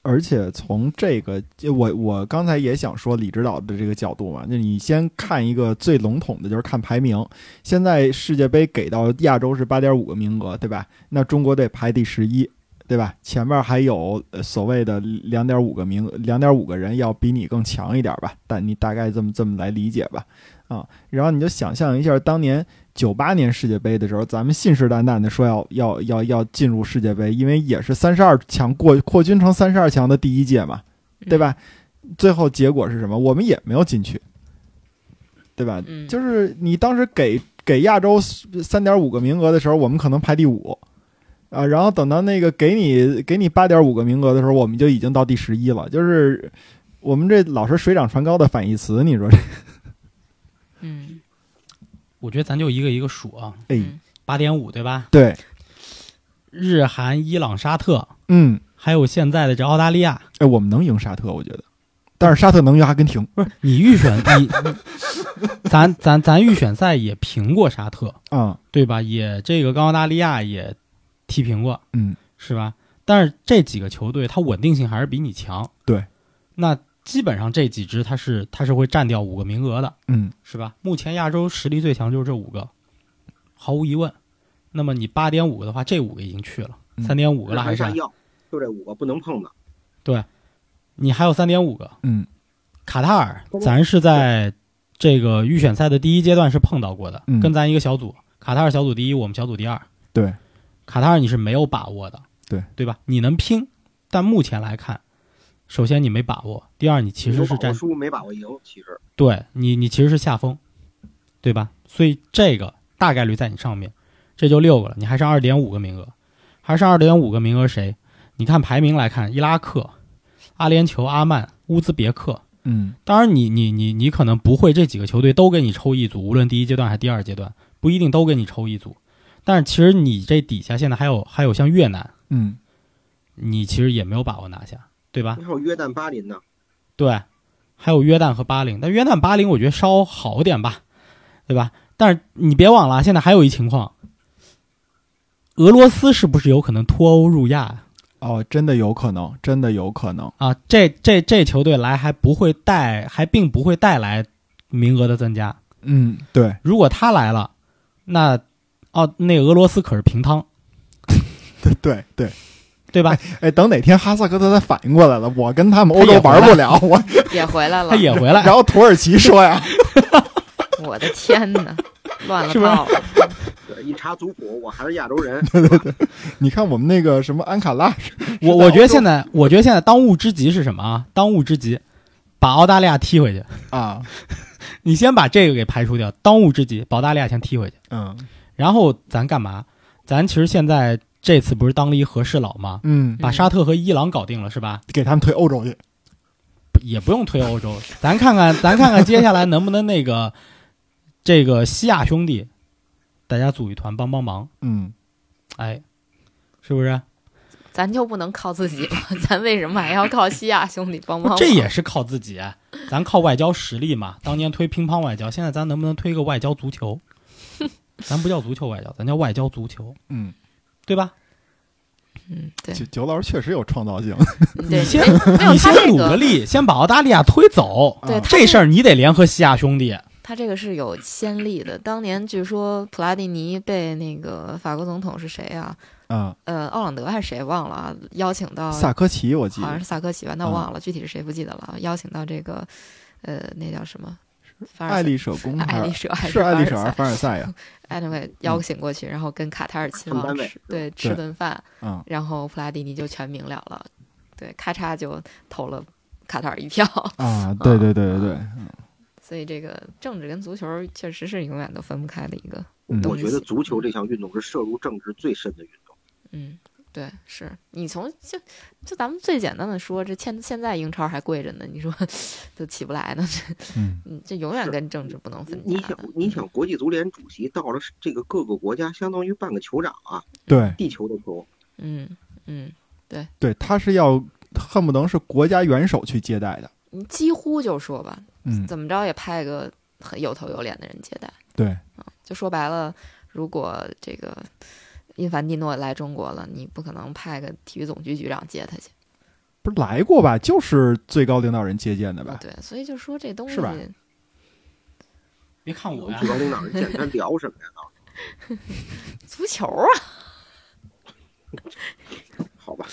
B: 而且从这个，我我刚才也想说李指导的这个角度嘛，那你先看一个最笼统的，就是看排名。现在世界杯给到亚洲是八点五个名额，对吧？那中国队排第十一，对吧？前面还有呃所谓的两点五个名，两点五个人要比你更强一点吧？但你大概这么这么来理解吧，啊，然后你就想象一下当年九八年世界杯的时候，咱们信誓旦旦的说要要要要进入世界杯，因为也是三十二强过扩军成三十二强的第一届嘛，
A: 嗯
B: 对吧？最后结果是什么？我们也没有进去，对吧？
A: 嗯
B: 就是你当时给给亚洲三点五个名额的时候，我们可能排第五。啊，然后等到那个给你给你八点五个名额的时候，我们就已经到第十一了。就是我们这老是水涨船高的反义词，你说这？哎
A: 嗯
C: 我觉得咱就一个一个数啊，
B: 哎，
A: 嗯
C: 八点五对吧？
B: 对，
C: 日韩、伊朗、沙特，
B: 嗯，
C: 还有现在的这澳大利亚，
B: 哎，我们能赢沙特，我觉得，但是沙特能赢阿根廷
C: 不是你预选你，咱咱咱预选赛也平过沙特，
B: 啊、
C: 对吧？也这个跟澳大利亚也踢平过，
B: 嗯，
C: 是吧？但是这几个球队它稳定性还是比你强，
B: 对。
C: 那基本上这几支它是它是会占掉五个名额的，
B: 嗯
C: 是吧？目前亚洲实力最强就是这五个，毫无疑问。那么你八点五个的话，这五个已经去了，
B: 嗯
C: 三点五个了还
D: 还
C: 是
D: 上？药，就这五个不能碰的。
C: 你还有三点五个，
B: 嗯
C: 卡塔尔，咱是在这个预选赛的第一阶段是碰到过的，
B: 嗯
C: 跟咱一个小组，卡塔尔小组第一，我们小组第二。
B: 对，
C: 卡塔尔你是没有把握的，
B: 对
C: 对吧？你能拼，但目前来看，首先你没把握，第二你其实
D: 有
C: 是
D: 把握
C: 占
D: 输没把握赢，其实
C: 对你，你其实是下风，对吧？所以这个大概率在你上面，这就六个了，你还剩二点五个名额，还剩二点五个名额谁？你看排名来看，伊拉克、阿联酋、阿曼、乌兹别克，
B: 嗯
C: 当然你，你你你可能不会这几个球队都给你抽一组，无论第一阶段还是第二阶段，不一定都给你抽一组。但是其实你这底下现在还有还有像越南，
B: 嗯
C: 你其实也没有把握拿下，对吧
D: 你？看我约旦、巴林呢，
C: 对，还有约旦和巴林，但约旦巴林我觉得稍好点吧，对吧？但是你别忘了啊，现在还有一情况，俄罗斯是不是有可能脱欧入亚呀、
B: 哦，真的有可能，真的有可能，
C: 啊？这这这球队来还不会带，还并不会带来名额的增加。
B: 嗯，对，
C: 如果他来了，那哦，那俄罗斯可是平汤，
B: 对对对，
C: 对吧？
B: 哎，等哪天哈萨克斯他反应过来了，我跟他们欧
C: 他
B: 洲
C: 也
B: 玩不了，我
A: 也回来了
C: 他，也回来
B: 然，后土耳其说呀，
A: 我的天 哪，乱了
C: 是不是
A: 套了，
D: 对一查族谱，我还是亚洲 人，
B: 你看我们那个什么安卡拉，
C: 我我觉得现在，我觉得现在当务之急是什么啊？当务之急，把澳大利亚踢回去。
B: 啊，
C: 你先把这个给排除掉，当务之急，把澳大利亚先踢回去。
B: 嗯
C: 然后咱干嘛？咱其实现在这次不是当了一和事佬吗？
B: 嗯，
C: 把沙特和伊朗搞定了是吧？
B: 给他们推欧洲去，
C: 不也不用推欧洲，咱看 看，咱看看接下来能不能那个，这个西亚兄弟，大家组一团帮帮忙。
B: 嗯，
C: 哎，是不是？
A: 咱就不能靠自己吗？ 咱为什么还要靠西亚兄弟帮忙忙？
C: 这也是靠自己，啊咱靠外交实 力嘛。当年推乒乓外交，现在咱能不能推个外交足球？咱不叫足球外交，咱叫外交足球，
B: 嗯，
C: 对吧？
A: 嗯，对，
B: 九九老师确实有创造性，
A: 对，
C: 你先
A: 没没有
C: 你
A: 他
C: 先
A: 这
C: 努个
A: 个，
C: 力，先把澳大利亚推走，
A: 对
B: 啊
A: 他
C: 这事儿你得联合西亚兄弟。
A: 他这个是有先例的。当年据说普拉蒂尼被那个法国总统是谁啊？
B: 啊，
A: 呃，奥朗德还是谁忘了啊？邀请到
B: 萨科啊齐我记
A: 好像
B: 得
A: 是萨科齐吧，那忘了、具体是谁不记得了。啊邀请到这个，呃，那叫什么？凡尔
B: 爱
A: 赛
B: 丽舍宫
A: 爱
B: 还
A: 丽舍还
B: 是爱丽舍啊
A: 凡尔赛
B: 还是凡尔赛呀？
A: anyway 邀请过去，然后跟卡塔尔亲
D: 他们
A: 王
D: 单位
A: 吃对吃
B: 对
A: 顿饭，
B: 嗯
A: 然后普拉蒂尼就全明了了。对，咔嚓就投了卡塔尔一票。
B: 啊，对对对对对，
A: 所以这个政治跟足球确实是永远都分不开的一个
B: 嗯
A: 东
D: 我
A: 西。
D: 觉得足球这项运动是涉入政治最深的运动。
A: 嗯，对，是你从就就咱们最简单的说，这现现在英超还跪着呢，你说都起不来呢，这
B: 嗯
A: 嗯这永远
D: 是
A: 跟政治不能分
D: 你
A: 家
D: 想
A: 的。，
D: 你想，国际足联主席到了这个各个国家，相当于半个酋长啊，
B: 对
D: 地球的球。
A: 嗯嗯，
B: 对，他是要恨不能是国家元首去接待的，
A: 你几乎就说吧，
B: 嗯，
A: 怎么着也派个很有头有脸的人接待。
B: 对，
A: 就说白了，如果这个因凡蒂诺来中国了，你不可能派个体育总局局长接他去。
B: 不是来过吧？就是最高领导人接见的吧？
A: 对，所以就说这东西
B: 是吧
C: 别看我呀
D: 最，高领导人见他聊什么呀？
A: 足球啊，
D: 好吧，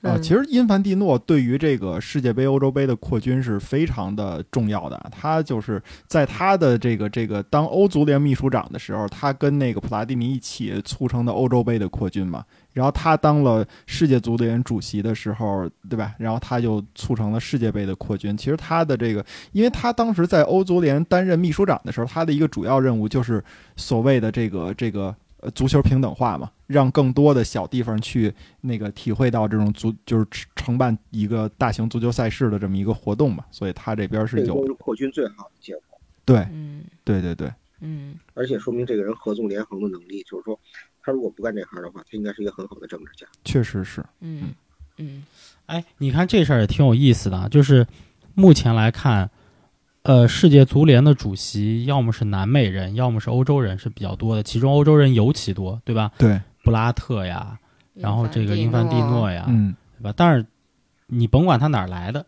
B: 啊，
A: 嗯
B: 其实因凡蒂诺对于这个世界杯、欧洲杯的扩军是非常的重要的。他就是在他的这个这个当欧足联秘书长的时候，他跟那个普拉蒂尼一起促成的欧洲杯的扩军嘛。然后他当了世界足联主席的时候，对吧？然后他就促成了世界杯的扩军。其实他的这个，因为他当时在欧足联担任秘书长的时候，他的一个主要任务就是所谓的这个这个呃足球平等化嘛，让更多的小地方去那个体会到这种足就是承办一个大型足球赛事的这么一个活动嘛，所以他这边
D: 这
B: 是
D: 个
B: 有
D: 都是扩军最好的结果，
B: 对
A: 嗯
B: 对对对，
A: 嗯
D: 而且说明这个人合纵连横的能力，就是说，他如果不干这行的话，他应该是一个很好的政治家。
B: 确实是，
A: 嗯嗯
C: 哎，你看这事儿也挺有意思的啊，就是目前来看，呃，世界足联的主席要么是南美人，要么是欧洲人是比较多的，其中欧洲人尤其多，对吧？
B: 对，
C: 布拉特呀，
A: 嗯，
C: 然后这个英凡蒂诺啊呀，
B: 嗯，
C: 对吧？但是你甭管他哪儿来的，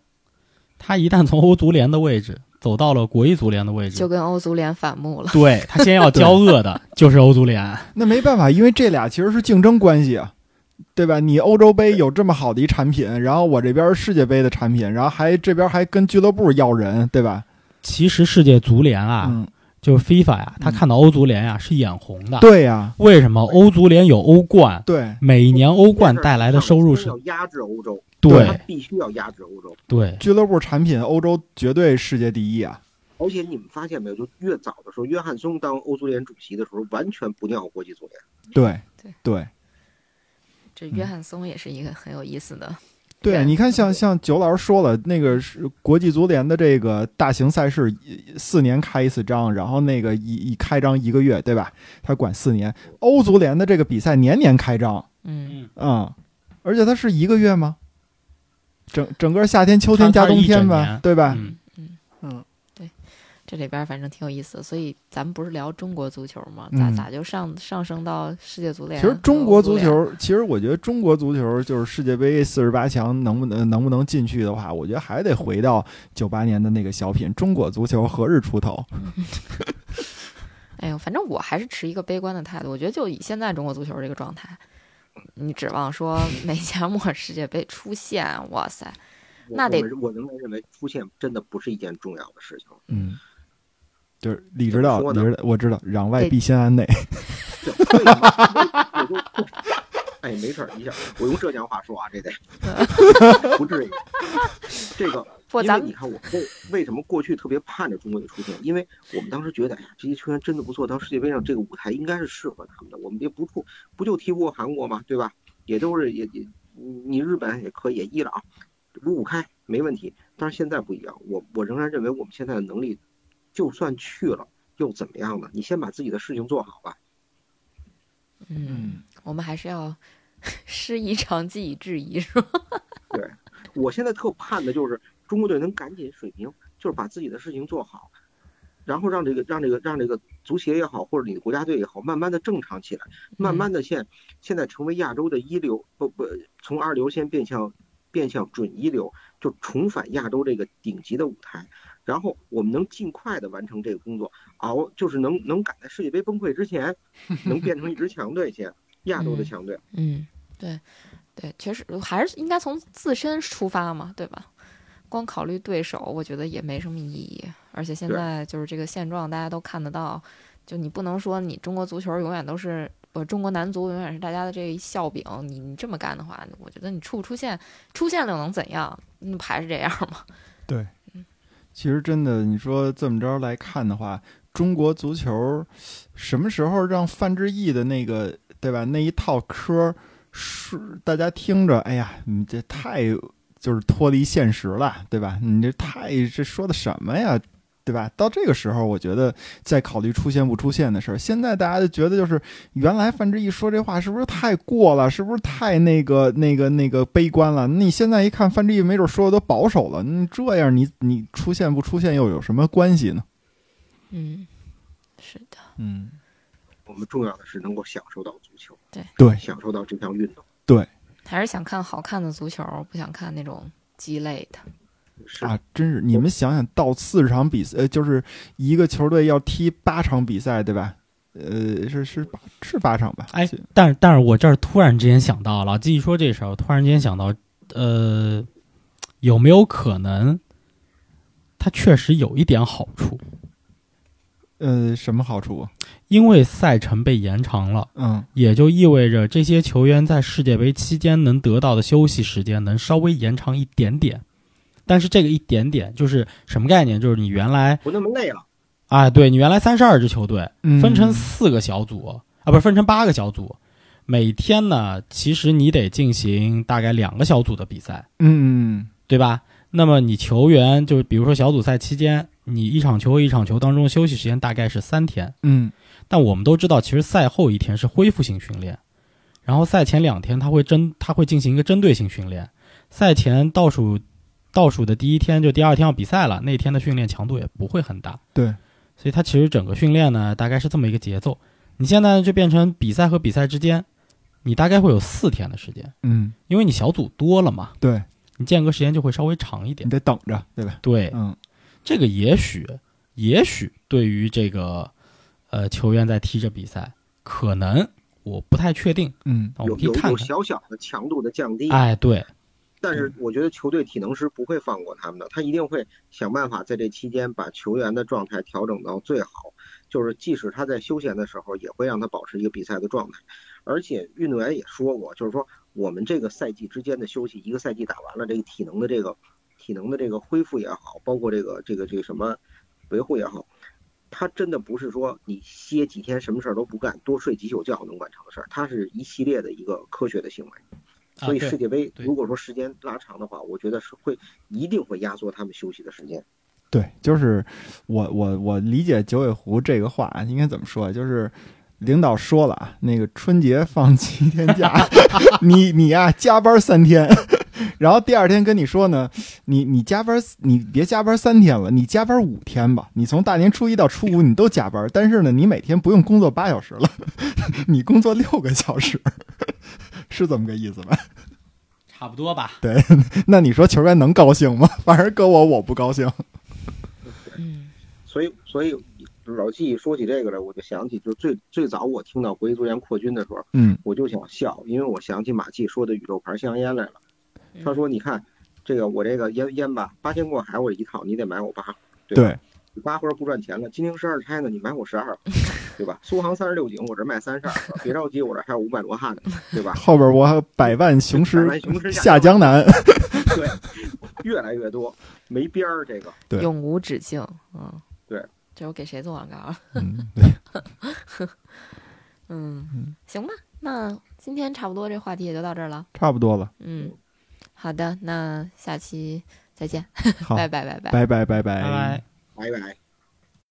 C: 他一旦从欧足联的位置走到了国际足联的
B: 嗯
C: 位
A: 就
C: 置，
A: 跟欧足联反目了。
C: 对他先要交恶的就是欧足联。
B: 那没办法，因为这俩其实是竞争关系啊，对吧？你欧洲杯有这么好的一产品，然后我这边世界杯的产品，然后还这边还跟俱乐部要人，对吧？
C: 其实世界足联啊，
B: 嗯，
C: 就是 FIFA 呀、
B: 嗯
C: 他看到欧足联呀、是眼红的。
B: 对呀、
C: 为什么欧足联有欧冠？
B: 对，
C: 每年欧冠带来的收入是
D: 要压制欧洲，他
C: 对
D: 必须要压制欧洲。
C: 对
B: 俱乐部产品欧洲绝对世界第一啊，
D: 而且你们发现没有，就越早的时候，约翰松当欧足联主席的时候，完全不尿国际足联。
B: 对
A: 对
B: 对。
A: 这
B: 嗯
A: 约翰松也是一个很有意思的，
B: 对啊，
A: 对
B: 你看像，像九老师说了，那个是国际足联的这个大型赛事，一四年开一次张，然后那个一一开张一个月，对吧？他管四年。欧足联的这个比赛年年开张，
A: 嗯，
B: 嗯，而且它是一个月吗？整整个夏天、秋天
C: 它
B: 加
C: 它是
B: 冬
C: 一
B: 天
C: 整
B: 吧
C: 年，
B: 对吧？
C: 嗯
A: 嗯，
B: 嗯，
A: 这里边反正挺有意思的。所以咱们不是聊中国足球吗？
B: 嗯
A: 咋咋就上上升到世界足联
B: 其
A: 和欧
B: 实
A: 联？
B: 中国足球，其实我觉得中国足球就是世界杯四十八强能不能能不能进去的话，我觉得还得回到九八年的那个小品《中国足球何日出头》。
A: 哎呦，反正我还是持一个悲观的态度。我觉得就以现在中国足球这个状态，你指望说美加墨世界杯出现，哇塞，
D: 我
A: 那得
D: 我们我仍然认为出现真的不是一件重要的事情。
B: 嗯，就是理直道，
D: 怎么说
B: 理
D: 呢
B: 直道我知道，攘外
A: 对
B: 必先安内。
D: 对所以嘛我就哎，没事儿，你想，我用浙江话说啊，这 得不至于。这个，
A: 不，
D: 因为
A: 咱们
D: 你看我为为什么过去特别盼着中国队出现，因为我们当时觉得，哎呀，这些球员真的不错，到世界杯上这个舞台应该是适合他们的。我们也不出不就踢不过韩国嘛，对吧？也都是也也你日本也可以，伊朗五五开没问题。但是现在不一样，我我仍然认为我们现在的能力，就算去了又怎么样呢？你先把自己的事情做好吧。
A: 嗯，我们还是要 师夷长技以制夷，是吧？
D: 我现在特盼的就是中国队能赶紧水平，就是把自己的事情做好，然后让这个让这个让这个足协也好，或者你的国家队也好，慢慢的正常起来，慢慢的现现在成为亚洲的一流，不不，从二流先变向变向准一流，就重返亚洲这个顶级的舞台。然后我们能尽快的完成这个工作，熬就是能能赶在世界杯崩溃之前，能变成一支强队先，亚洲的
A: 嗯
D: 强队。
A: 嗯，对，对，确实还是应该从自身出发嘛，对吧？光考虑对手，我觉得也没什么意义。而且现
D: 对
A: 在就是这个现状，大家都看得到，就你不能说你中国足球永远都是不我中国男足永远是大家的这一笑柄。你你这么干的话，我觉得你出不出现，出现了又能怎样？那不还是这样吗？
B: 对，其实真的，你说这么着来看的话，中国足球什么时候让范志毅的那个对吧那一套嗑是大家听着，哎呀，你这太就是脱离现实了，对吧？你这太这说的什么呀？对吧？到这个时候，我觉得再考虑出现不出现的事儿。现在大家就觉得，就是原来范志毅说这话是不是太过了？是不是太那个、那个、那个悲观了？你现在一看，范志毅没准说的都保守了。你这样你，你你出现不出现又有什么关系呢？
A: 嗯，是的，
B: 嗯，
D: 我们重要的是能够享受到足球，
B: 对
D: 享受到这项运动。
A: 还是想看好看的足球，不想看那种鸡肋的。
D: 是
B: 啊，真是你们想想到四十场比赛，呃，就是一个球队要踢八场比赛，对吧？呃，是是八是八场吧？
C: 哎但是，但是我这儿突然之间想到了，继续说这事儿，我突然之间想到，呃，有没有可能，它确实有一点好处，
B: 呃，什么好处？
C: 因为赛程被延长了，
B: 嗯，
C: 也就意味着这些球员在世界杯期间能得到的休息时间能稍微延长一点点。但是这个一点点就是什么概念？就是你原来
D: 不那么累了。
C: 啊，对你原来三十二支球队，
B: 嗯
C: 分成四个小组啊，不是分成八个小组。每天呢，其实你得进行大概两个小组的比赛，
B: 嗯嗯
C: 对吧？那么你球员就是，比如说小组赛期间，你一场球和一场球当中休息时间大概是三天，
B: 嗯，
C: 但我们都知道，其实赛后一天是恢复性训练，然后赛前两天他会针他会进行一个针对性训练，赛前倒数倒数的第一天就第二天要比赛了，那天的训练强度也不会很大，
B: 对，
C: 所以它其实整个训练呢大概是这么一个节奏。你现在就变成比赛和比赛之间，你大概会有四天的时间，
B: 嗯，
C: 因为你小组多了嘛，
B: 对，
C: 你间隔时间就会稍微长一
B: 你
C: 点。
B: 得等着，对吧？
C: 对，
B: 嗯
C: 这个也许也许对于这个呃球员在踢着比赛，可能我不太确定，
B: 嗯
C: 啊那我
D: 有
C: 们可以
D: 有
C: 看
D: 有
C: 看。
D: 小小的强度的降低，
C: 哎，对，
D: 但是我觉得球队体能师不会放过他们的，他一定会想办法在这期间把球员的状态调整到最好，就是即使他在休闲的时候，也会让他保持一个比赛的状态。而且运动员也说过，就是说我们这个赛季之间的休息，一个赛季打完了，这个体能的这个体能的这个恢复也好，包括这个这个这个什么维护也好，他真的不是说你歇几天什么事儿都不干，多睡几宿觉能完成的事儿，它是一系列的一个科学的行为。
C: 啊
D: 所以世
C: 对，
D: 界杯
C: 对
D: 如果说时间拉长的话，我觉得是会一定会压缩他们休息的时间。
B: 对，就是我我我理解九尾狐这个话应该怎么说，啊就是。领导说了啊，那个春节放七天假，你你呀、加班三天， 然后第二天跟你说呢，你你加班你别加班三天了，你加班五天吧，你从大年初一到初五你都加班，但是呢，你每天不用工作八小时了， 你工作六个小时，是这么个意思吧？
C: 差不多吧。
B: 那你说球员能高兴吗？反正搁我我不高兴。
A: 嗯，
D: 所以，所以老季说起这个来，我就想起，就最最早我听到国际足联扩军的时候，
B: 嗯
D: 我就想笑，因为我想起马季说的宇宙牌香烟来了。
C: 嗯
D: 他说：“你看，这个我这个烟烟吧，八千过海我一套，你得买我八，对吧
B: 对，
D: 你八盒不赚钱了，金陵十二钗呢，你买我 十二，对吧？苏杭三十六景，我这卖三十二盒，别着急，我这还有五百罗汉呢，对吧？
B: 后边我还有百万雄
D: 百
B: 师
D: 万雄师
B: 下江南。
D: 对，越来越多，没边儿这个。”
B: 对
A: 永无止境。嗯，
D: 对，
A: 这我给谁做广告啊了？
B: 嗯，对，
A: 嗯，行吧，那今天差不多这话题也就到这儿了。
B: 差不多了。
A: 嗯，好的，那下期再见，
B: 好，
A: 拜拜拜拜。
B: 拜拜拜拜
C: 拜拜。
D: 拜拜。